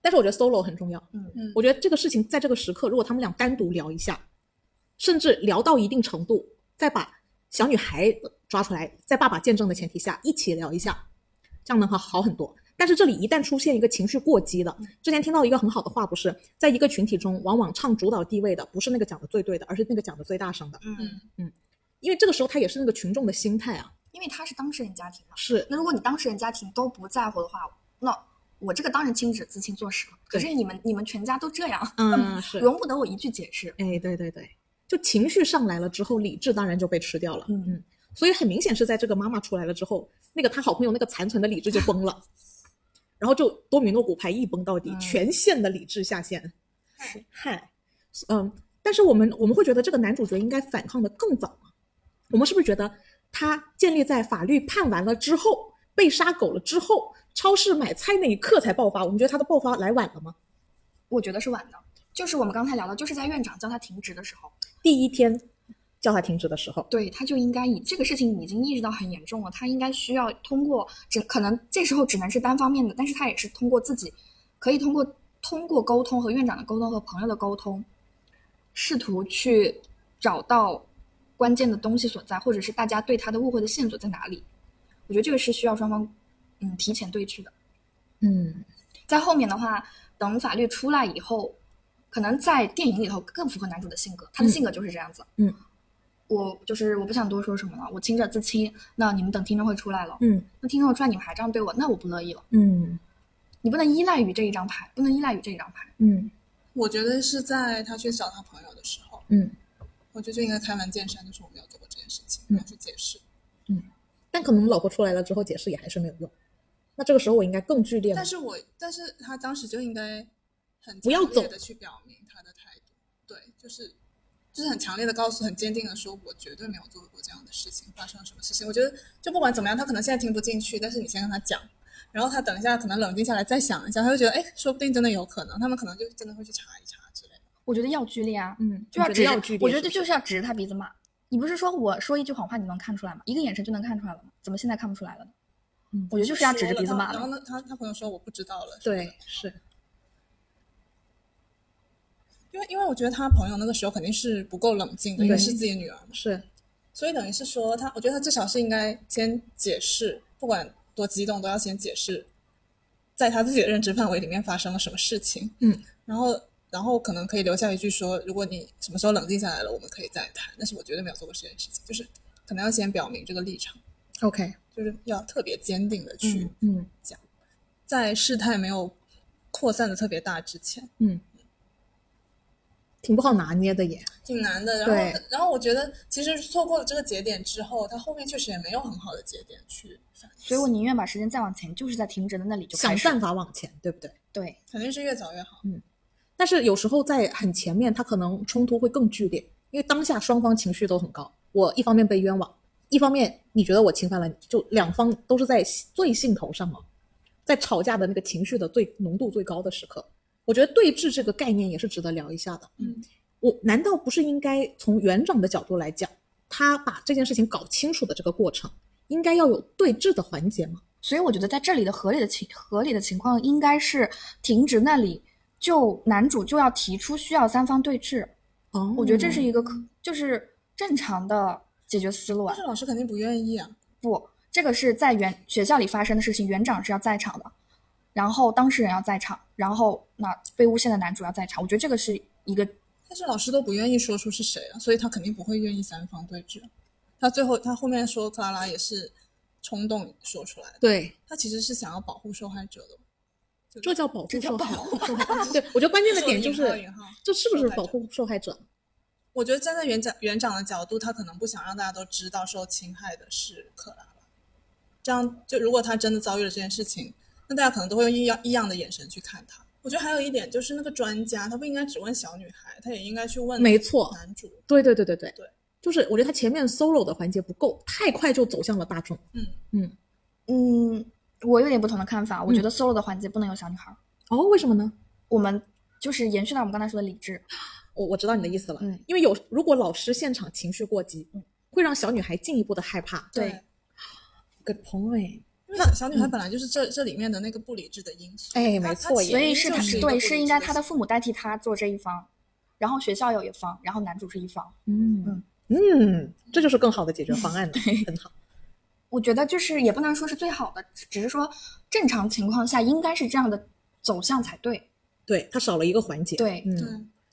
S1: 但是我觉得 solo 很重要，
S2: 嗯
S3: 嗯
S1: 我觉得这个事情在这个时刻，如果他们俩单独聊一下，甚至聊到一定程度，再把小女孩抓出来，在爸爸见证的前提下一起聊一下，这样的话好很多。但是这里一旦出现一个情绪过激的，之前听到一个很好的话，不是在一个群体中，往往唱主导地位的不是那个讲的最对的，而是那个讲的最大声的，
S2: 嗯，
S1: 因为这个时候他也是那个群众的心态啊，
S2: 因为他是当事人家庭嘛。
S1: 是
S2: 那如果你当事人家庭都不在乎的话，那我这个当然亲子自亲做事了。可
S1: 对
S2: 是你们你们全家都这样，
S1: 嗯是
S2: 容不得我一句解释。
S1: 哎，对对对，就情绪上来了之后，理智当然就被吃掉了。
S2: 嗯
S1: 嗯，所以很明显是在这个妈妈出来了之后，那个她好朋友那个残存的理智就崩了，然后就多米诺骨牌一崩到底，
S2: 嗯
S1: 全线的理智下线。嗨，嗯，但是我们我们会觉得这个男主角应该反抗的更早嘛？我们是不是觉得他建立在法律判完了之后，被杀狗了之后，超市买菜那一刻才爆发？我们觉得他的爆发来晚了吗？
S2: 我觉得是晚的，就是我们刚才聊的，就是在院长叫他停职的时候，
S1: 第一天叫他停止的时候，
S2: 对，他就应该以这个事情已经意识到很严重了，他应该需要通过只可能这时候只能是单方面的，但是他也是通过自己，可以通过通过沟通和院长的沟通和朋友的沟通，试图去找到关键的东西所在，或者是大家对他的误会的线索在哪里。我觉得这个是需要双方嗯提前对峙的。
S1: 嗯。
S2: 在后面的话，等法律出来以后，可能在电影里头更符合男主的性格，他的性格就是这样子。
S1: 嗯，
S2: 我就是我不想多说什么了，我亲者自清。那你们等听证会出来了，
S1: 嗯
S2: 那听证会出来你们还这样对我，那我不乐意了。
S1: 嗯
S2: 你不能依赖于这一张牌，不能依赖于这一张牌。
S1: 嗯
S3: 我觉得是在他去找他朋友的时候，
S1: 嗯，
S3: 我觉得就应该开门见山，就是我没有做过这件事情，
S1: 嗯
S3: 然后去解释。
S1: 但可能老婆出来了之后解释也还是没有用。那这个时候我应该更剧烈吗
S3: 但？是我，但是他当时就应该很
S1: 不要
S3: 强烈
S1: 走
S3: 的去表明他的态度，对，就是就是很强烈的告诉，很坚定的说，我绝对没有做过这样的事情，发生了什么事情？我觉得就不管怎么样，他可能现在听不进去，但是你先跟他讲，然后他等一下可能冷静下来再想一下，他就觉得哎，说不定真的有可能，他们可能就真的会去查一查之类的。
S2: 我觉得要剧烈啊，
S1: 嗯，
S2: 就要
S1: 你
S2: 指
S1: 觉
S2: 着
S1: 得要剧烈，
S2: 我觉得
S1: 是不是
S2: 就是要指着他鼻子骂。你不是说我说一句谎话你能看出来吗？一个眼神就能看出来了吗？怎么现在看不出来了呢？
S1: 嗯
S2: 我觉得就是要指着鼻子骂
S3: 说了他然后
S2: 的。
S3: 呢，他他朋友说我不知道了，
S1: 对，是
S3: 因为因为我觉得他朋友那个时候肯定是不够冷静的，因为
S1: 对
S3: 是自己的女儿嘛，
S1: 是，
S3: 所以等于是说他，我觉得他至少是应该先解释，不管多激动都要先解释，在他自己的认知范围里面发生了什么事情，
S1: 嗯，
S3: 然后然后可能可以留下一句说，如果你什么时候冷静下来了，我们可以再谈，但是我绝对没有做过这件事情，就是可能要先表明这个立场，
S1: OK，
S3: 就是要特别坚定的去，
S1: 嗯
S3: 在事态没有扩散的特别大之前。
S1: 嗯，挺不好拿捏的耶。
S3: 挺难的。然后
S1: 对，
S3: 然后我觉得其实错过了这个节点之后，他后面确实也没有很好的节点去反思，
S2: 所以我宁愿把时间再往前，就是在停止的那里就开
S1: 想
S2: 始。
S1: 办法往前，对不对？
S2: 对，
S3: 肯定是越早越好。
S1: 但是有时候在很前面，他可能冲突会更剧烈，因为当下双方情绪都很高。我一方面被冤枉，一方面你觉得我侵犯了你，就两方都是在最兴头上嘛，在吵架的那个情绪的最浓度最高的时刻。我觉得对峙这个概念也是值得聊一下的。
S3: 嗯，
S1: 我难道不是应该从园长的角度来讲，他把这件事情搞清楚的这个过程，应该要有对峙的环节吗？
S2: 所以我觉得在这里的合理的情合理的情况应该是停职那里，就男主就要提出需要三方对峙，
S1: 哦
S2: 我觉得这是一个可就是正常的解决思路啊
S3: 但是。老师肯定不愿意啊，
S2: 不，这个是在园学校里发生的事情，园长是要在场的，然后当事人要在场，然后那被诬陷的男主要在场。我觉得这个是一个
S3: 但是老师都不愿意说出是谁啊，所以他肯定不会愿意三方对峙。他最后他后面说克拉拉也是冲动说出来的，
S1: 对，
S3: 他其实是想要保护受害者的。
S1: 这叫保护
S2: 这叫
S1: 受害
S2: 保
S1: 者。对，我觉得关键的点就
S3: 引号
S1: 是
S3: 引号
S1: 这是不是
S3: 受害
S1: 保
S3: 者
S1: 护受害者？
S3: 我觉得站在园长园长的角度，他可能不想让大家都知道受侵害的是克拉拉，这样就如果他真的遭遇了这件事情，那大家可能都会用异样异样的眼神去看他。我觉得还有一点就是那个专家，他不应该只问小女孩，他也应该去问
S1: 没错
S3: 男主。
S1: 对对对对对
S3: 对，
S1: 就是我觉得他前面 solo 的环节不够，太快就走向了大众。
S3: 嗯
S1: 嗯，
S2: 嗯，我有点不同的看法，我觉
S1: 嗯
S2: 得 solo 的环节不能有小女孩儿，
S1: 哦，为什么呢？
S2: 我们就是延续到我们刚才说的理智，
S1: 我我知道你的意思了，
S2: 嗯
S1: 因为有如果老师现场情绪过激，会让小女孩进一步的害怕。
S2: 对
S1: ，good point。
S3: 因为小小女孩本来就是这这里面的那个不理智的因素。
S1: 哎没
S3: 她她
S1: 错
S3: 其
S1: 耶
S3: 实
S2: 所以是
S3: 就
S2: 他
S3: 是一个不
S2: 对
S3: 理智
S2: 是应该他的
S3: 的
S2: 父母代替他做这一方，然后学校有一方，然后男主是一方。
S1: 嗯嗯，这就是更好的解决方案了，很好。
S2: 我觉得就是也不能说是最好的，只只是说正常情况下应该是这样的走向才对。
S1: 对他少了一个环节，
S2: 对
S1: 嗯，
S3: 对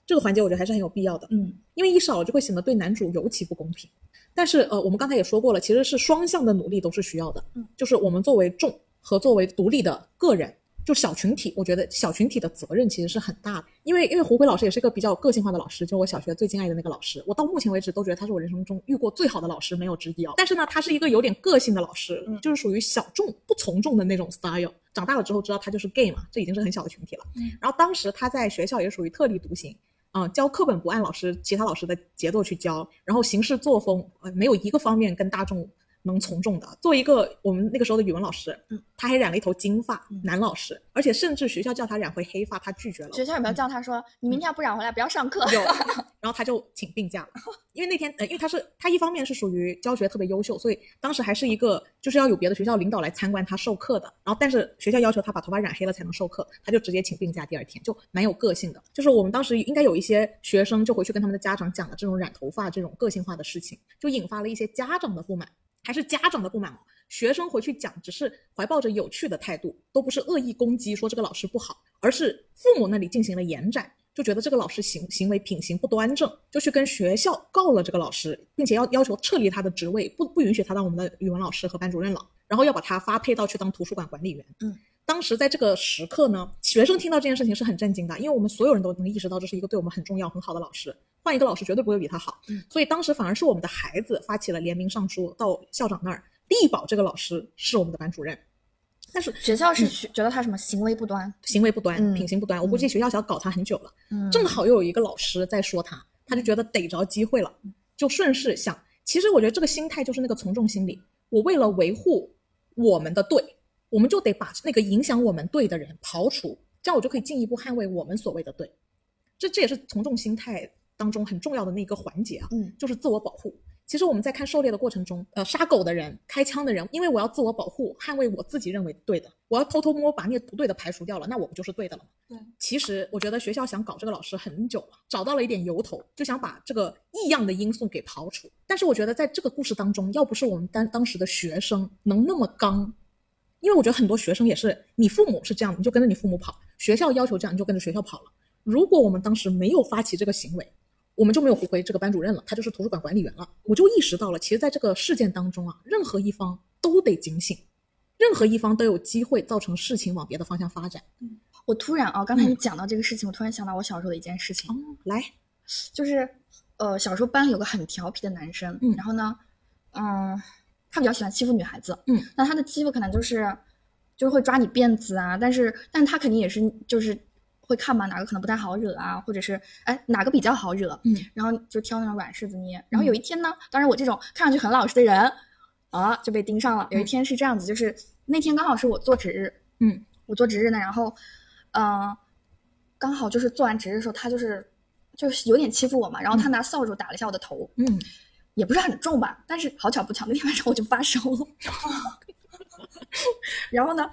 S1: 这个环节我觉得还是很有必要的，
S2: 嗯，
S1: 因为一少了就会显得对男主尤其不公平。但是呃，我们刚才也说过了，其实是双向的努力都是需要的，
S2: 嗯，
S1: 就是我们作为众和作为独立的个人，就小群体，我觉得小群体的责任其实是很大的，因为因为胡辉老师也是一个比较个性化的老师，就是我小学最敬爱的那个老师，我到目前为止都觉得他是我人生中遇过最好的老师，没有之一啊。但是呢，他是一个有点个性的老师，
S2: 嗯
S1: 就是属于小众不从众的那种 style。长大了之后知道他就是 gay 嘛，这已经是很小的群体了。然后当时他在学校也属于特立独行，嗯，教课本不按老师其他老师的节奏去教，然后行事作风，呃，没有一个方面跟大众能从众的。作为一个我们那个时候的语文老师，
S2: 嗯，
S1: 他还染了一头金发，
S2: 嗯
S1: 男老师，而且甚至学校叫他染回黑发，他拒绝了。
S2: 学校有没有叫他说、你明天要不染回来不要上课？
S1: 有，然后他就请病假了，因为那天呃，因为他是他一方面是属于教学特别优秀，所以当时还是一个就是要有别的学校领导来参观他授课的，然后但是学校要求他把头发染黑了才能授课，他就直接请病假，第二天就蛮有个性的。就是我们当时应该有一些学生就回去跟他们的家长讲了这种染头发这种个性化的事情，就引发了一些家长的不满，还是家长的不满哦。学生回去讲，只是怀抱着有趣的态度，都不是恶意攻击说这个老师不好，而是父母那里进行了延展，就觉得这个老师行行为品行不端正，就去跟学校告了这个老师，并且要要求撤离他的职位，不不允许他当我们的语文老师和班主任了，然后要把他发配到去当图书馆管理员。
S2: 嗯。
S1: 当时在这个时刻呢，学生听到这件事情是很震惊的，因为我们所有人都能意识到这是一个对我们很重要、很好的老师，换一个老师绝对不会比他好。所以当时反而是我们的孩子发起了联名上书到校长那儿，力保这个老师是我们的班主任，但是
S2: 学校是觉觉得他什么行为不端，
S1: 行为不端，
S2: 嗯
S1: 品行不端，我估计学校想搞他很久了。
S2: 嗯
S1: 正好又有一个老师在说他，他就觉得逮着机会了，就顺势想。其实我觉得这个心态就是那个从众心理。我为了维护我们的对，我们就得把那个影响我们对的人刨除，这样我就可以进一步捍卫我们所谓的对。这这也是从众心态当中很重要的那个环节啊，
S2: 嗯，
S1: 就是自我保护。其实我们在看狩猎的过程中，呃，杀狗的人、开枪的人，因为我要自我保护，捍卫我自己认为对的，我要偷偷摸摸把那个不对的排除掉了，那我不就是对的了吗？
S3: 对，
S1: 其实我觉得学校想搞这个老师很久了，找到了一点由头，就想把这个异样的因素给刨除。但是我觉得在这个故事当中，要不是我们当当时的学生能那么刚，因为我觉得很多学生也是，你父母是这样，你就跟着你父母跑；学校要求这样，你就跟着学校跑了。如果我们当时没有发起这个行为，我们就没有胡辉这个班主任了，他就是图书馆管理员了。我就意识到了，其实在这个事件当中啊，任何一方都得警醒，任何一方都有机会造成事情往别的方向发展。
S2: 我突然啊，刚才
S1: 嗯
S2: 你讲到这个事情，我突然想到我小时候的一件事情
S1: 哦，，来，
S2: 就是呃，小时候班里有个很调皮的男生，
S1: 嗯
S2: 然后呢，嗯、他比较喜欢欺负女孩子，
S1: 嗯，
S2: 那他的欺负可能就是就是会抓你辫子啊，但是但他肯定也是就是会看嘛，哪个可能不太好惹啊，或者是哎哪个比较好惹，
S1: 嗯，
S2: 然后就挑那种软柿子捏。然后有一天呢，当然我这种看上去很老实的人啊，就被盯上了。有一天是这样子，就是那天刚好是我做值日，
S1: 嗯，
S2: 我做值日呢，然后，呃，刚好就是做完值日的时候，他就是就是有点欺负我嘛，然后他拿扫帚打了一下我的头，
S1: 嗯，
S2: 也不是很重吧，但是好巧不巧，那天晚上我就发烧了。 然后呢，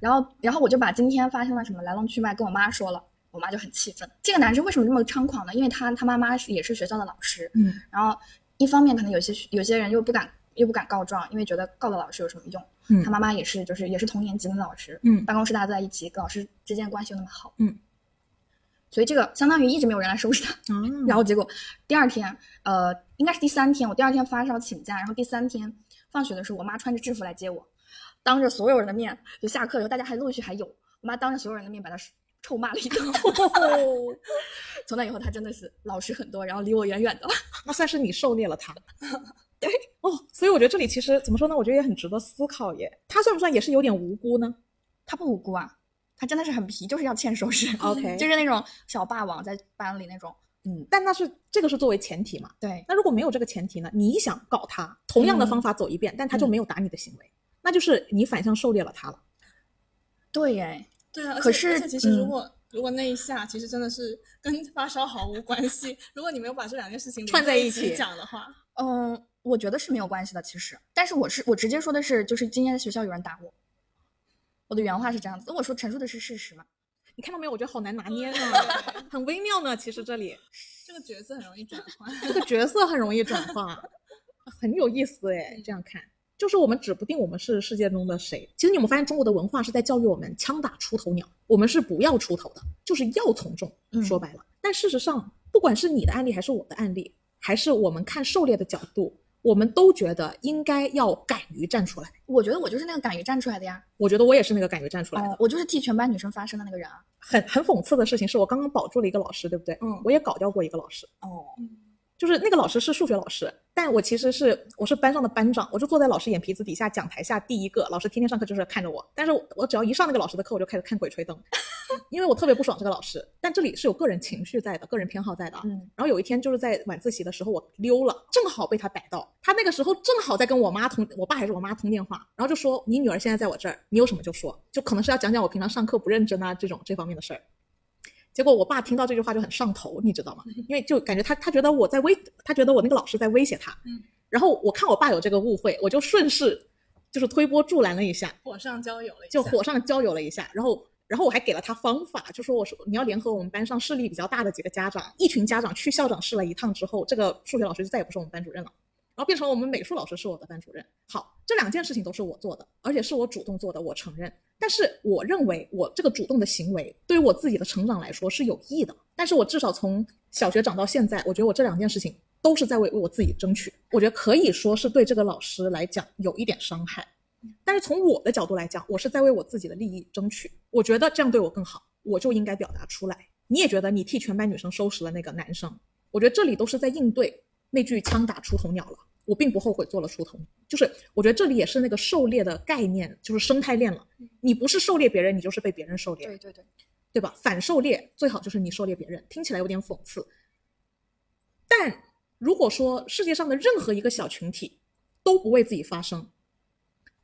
S2: 然后然后我就把今天发生了什么来龙去脉跟我妈说了，我妈就很气愤。这个男生为什么这么猖狂呢？因为他他妈妈是也是学校的老师，
S1: 嗯，
S2: 然后一方面可能有些有些人又不敢又不敢告状，因为觉得告了老师有什么用？
S1: 嗯
S2: 他妈妈也是就是也是同年级的老师，
S1: 嗯
S2: 办公室大家都在一起，跟老师之间关系又那么好，
S1: 嗯，
S2: 所以这个相当于一直没有人来收拾他。
S1: 啊，
S2: 然后结果第二天，呃，应该是第三天，我第二天发烧请假，然后第三天放学的时候，我妈穿着制服来接我，当着所有人的面，就下课以后大家还陆续还有，我妈当着所有人的面把他臭骂了一顿。 从那以后，他真的是老实很多，然后离我远远的。
S1: 那算是你狩猎了他。哦，所以我觉得这里其实怎么说呢？我觉得也很值得思考耶。他算不算也是有点无辜呢？
S2: 他不无辜啊，他真的是很皮，就是要欠收拾。
S1: OK
S2: 就是那种小霸王在班里那种。嗯，
S1: 但那是这个是作为前提嘛。
S2: 对，
S1: 那如果没有这个前提呢？你想搞他，同样的方法走一遍，但他就没有打你的行为，那就是你反向狩猎了他了。
S2: 对耶，
S3: 对啊，而
S2: 可
S3: 且而
S2: 是
S3: 且其实如
S2: 嗯
S3: 果、如果那一下其实真的是跟 发烧毫无关系，如果你没有把这两件事情连
S1: 串在一
S3: 一
S1: 起
S3: 讲的话，
S2: 嗯，我觉得是没有关系的，其实。但是我是我直接说的是，就是今天在学校有人打我，我的原话是这样子。我说陈述的是事实嘛。
S1: 你看到没有？我觉得好难拿捏呢，
S3: 对
S1: 很微妙呢。其实这里
S3: 这个角色很容易转换。
S1: 这个角色很容易转化，很有意思哎。这样看，就是我们指不定我们是世界中的谁。其实你有没有发现，中国的文化是在教育我们枪打出头鸟，我们是不要出头的，就是要从众。
S2: 嗯
S1: 说白了，但事实上，不管是你的案例还是我的案例，还是我们看狩猎的角度，我们都觉得应该要敢于站出来。
S2: 我觉得我就是那个敢于站出来的呀。
S1: 我觉得我也是那个敢于站出来的。
S2: 哦，我就是替全班女生发声的那个人啊。
S1: 很很讽刺的事情是我刚刚保住了一个老师，对不对？
S2: 嗯
S1: 我也搞掉过一个老师，
S2: 哦，
S1: 就是那个老师是数学老师，但我其实是我是班上的班长，我就坐在老师眼皮子底下讲台下第一个，老师天天上课就是看着我，但是我我只要一上那个老师的课，我就开始看《鬼吹灯》， 因为我特别不爽这个老师。但这里是有个人情绪在的，个人偏好在的啊。
S2: 嗯，
S1: 然后有一天就是在晚自习的时候，我溜了，正好被他逮到。他那个时候正好在跟我妈通，我爸还是我妈通电话，然后就说你女儿现在在我这儿，你有什么就说，就可能是要讲讲我平常上课不认真啊这种这方面的事儿。结果我爸听到这句话就很上头，你知道吗？因为就感觉他他觉得我在威，他觉得我那个老师在威胁他。
S3: 嗯。
S1: 然后我看我爸有这个误会，我就顺势就是推波助澜了一下，
S3: 火上浇油了一下，
S1: 就火上浇油了一下，然后然后我还给了他方法，就说我说你要联合我们班上势力比较大的几个家长，一群家长去校长室了一趟之后，这个数学老师就再也不是我们班主任了。然后变成我们美术老师是我的班主任。好，这两件事情都是我做的，而且是我主动做的，我承认。但是我认为我这个主动的行为对于我自己的成长来说是有益的。但是我至少从小学长到现在，我觉得我这两件事情都是在为为我自己争取。我觉得可以说是对这个老师来讲有一点伤害。但是从我的角度来讲，我是在为我自己的利益争取，我觉得这样对我更好，我就应该表达出来。你也觉得你替全班女生收拾了那个男生，我觉得这里都是在应对那句“枪打出头鸟”了。我并不后悔做了出头鸟，就是我觉得这里也是那个狩猎的概念，就是生态链了。你不是狩猎别人，你就是被别人狩猎。
S2: 对对对，
S1: 对吧？反狩猎最好就是你狩猎别人，听起来有点讽刺。但如果说世界上的任何一个小群体都不为自己发声，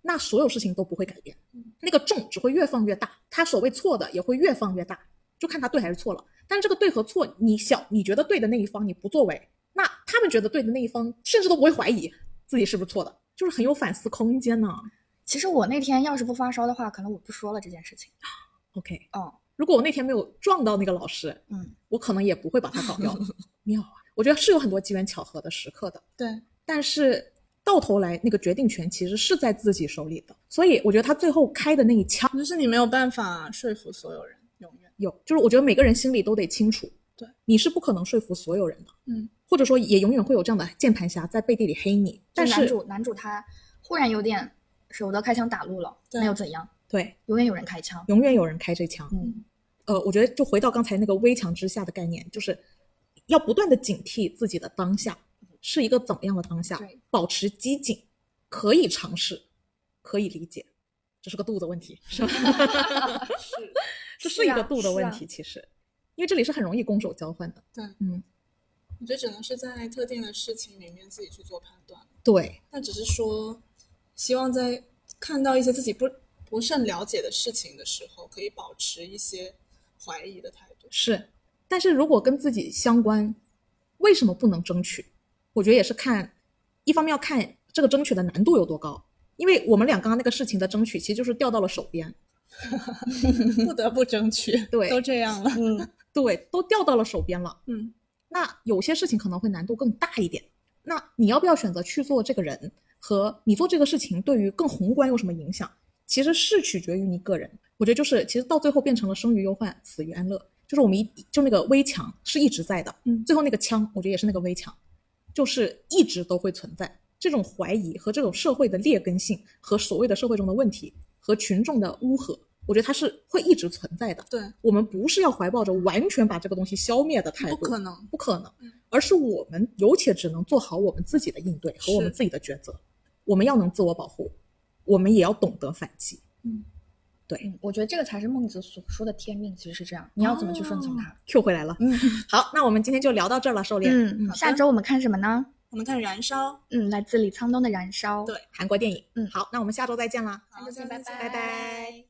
S1: 那所有事情都不会改变，那个重只会越放越大，他所谓错的也会越放越大，就看他对还是错了。但是这个对和错，你小你觉得对的那一方你不作为，那他们觉得对的那一方甚至都不会怀疑自己是不是错的，就是很有反思空间呢、
S2: 其实我那天要是不发烧的话，可能我不说了这件事情。
S1: OK，
S2: 哦，
S1: 如果我那天没有撞到那个老师，
S2: 嗯，
S1: 我可能也不会把它搞掉。妙啊！我觉得是有很多机缘巧合的时刻的，
S3: 对，
S1: 但是到头来那个决定权其实是在自己手里的。所以我觉得他最后开的那一枪
S3: 就是你没有办法说服所有人，永远。
S1: 有，就是我觉得每个人心里都得清楚，
S3: 对，
S1: 你是不可能说服所有人的，
S3: 嗯，
S1: 或者说也永远会有这样的键盘侠在背地里黑你。但
S2: 就男
S1: 是
S2: 主男主他忽然有点舍不得开枪打路了，
S3: 对
S2: 那又怎样？
S1: 对，
S2: 永远有人开枪。
S1: 永远有人开这枪。
S2: 嗯，
S1: 呃，我觉得就回到刚才那个危墙之下的概念，就是要不断的警惕自己的当下是一个怎么样的当下
S2: 嗯对，
S1: 保持机警，可以尝试，可以理解，这是个度的问 题，是吧？这是一
S2: 是
S1: 个
S2: 啊
S1: 度的
S2: 是
S1: 问
S2: 啊
S1: 题，其实，因为这里是很容易攻守交换的。
S3: 对
S1: 嗯，
S3: 我觉得只能是在特定的事情里面自己去做判断，
S1: 对，
S3: 但只是说，希望在看到一些自己不不甚了解的事情的时候，可以保持一些怀疑的态度。
S1: 是，但是如果跟自己相关，为什么不能争取？我觉得也是看，一方面要看这个争取的难度有多高，因为我们俩刚刚那个事情的争取，其实就是掉到了手边，
S3: 不得不争取，
S1: 对
S3: 都这样了，嗯
S1: 对，都掉到了手边了。
S3: 嗯，
S1: 那有些事情可能会难度更大一点。那你要不要选择去做这个人和你做这个事情对于更宏观有什么影响，其实是取决于你个人。我觉得就是其实到最后变成了生于忧患，死于安乐，就是我们一就那个危墙是一直在的，
S3: 嗯
S1: 最后那个枪我觉得也是那个危墙，就是一直都会存在这种怀疑和这种社会的劣根性和所谓的社会中的问题和群众的乌合，我觉得它是会一直存在的。
S3: 对，
S1: 我们不是要怀抱着完全把这个东西消灭的态
S3: 不
S1: 度，
S3: 可能。
S1: 不可能
S3: 嗯。
S1: 而是我们有且只能做好我们自己的应对和我们
S3: 是
S1: 自己的抉择。我们要能自我保护，我们也要懂得反击。
S3: 嗯，
S1: 对
S2: 嗯，我觉得这个才是孟子所说的天命，其实是这样，你要怎么去顺从它。
S1: ，Q 回来了。
S2: 嗯
S1: 好，那我们今天就聊到这儿了，狩猎。
S2: 嗯
S3: 好的
S2: 下周我们看什么呢？
S3: 我们看《燃烧》，
S2: 嗯，来自李沧东的《燃烧》。
S3: 对
S1: 韩国电影。
S2: 嗯
S1: 好，那我们下周再见啦。
S3: 好，
S2: 见
S3: 下次
S2: 拜
S3: 见
S2: 拜拜拜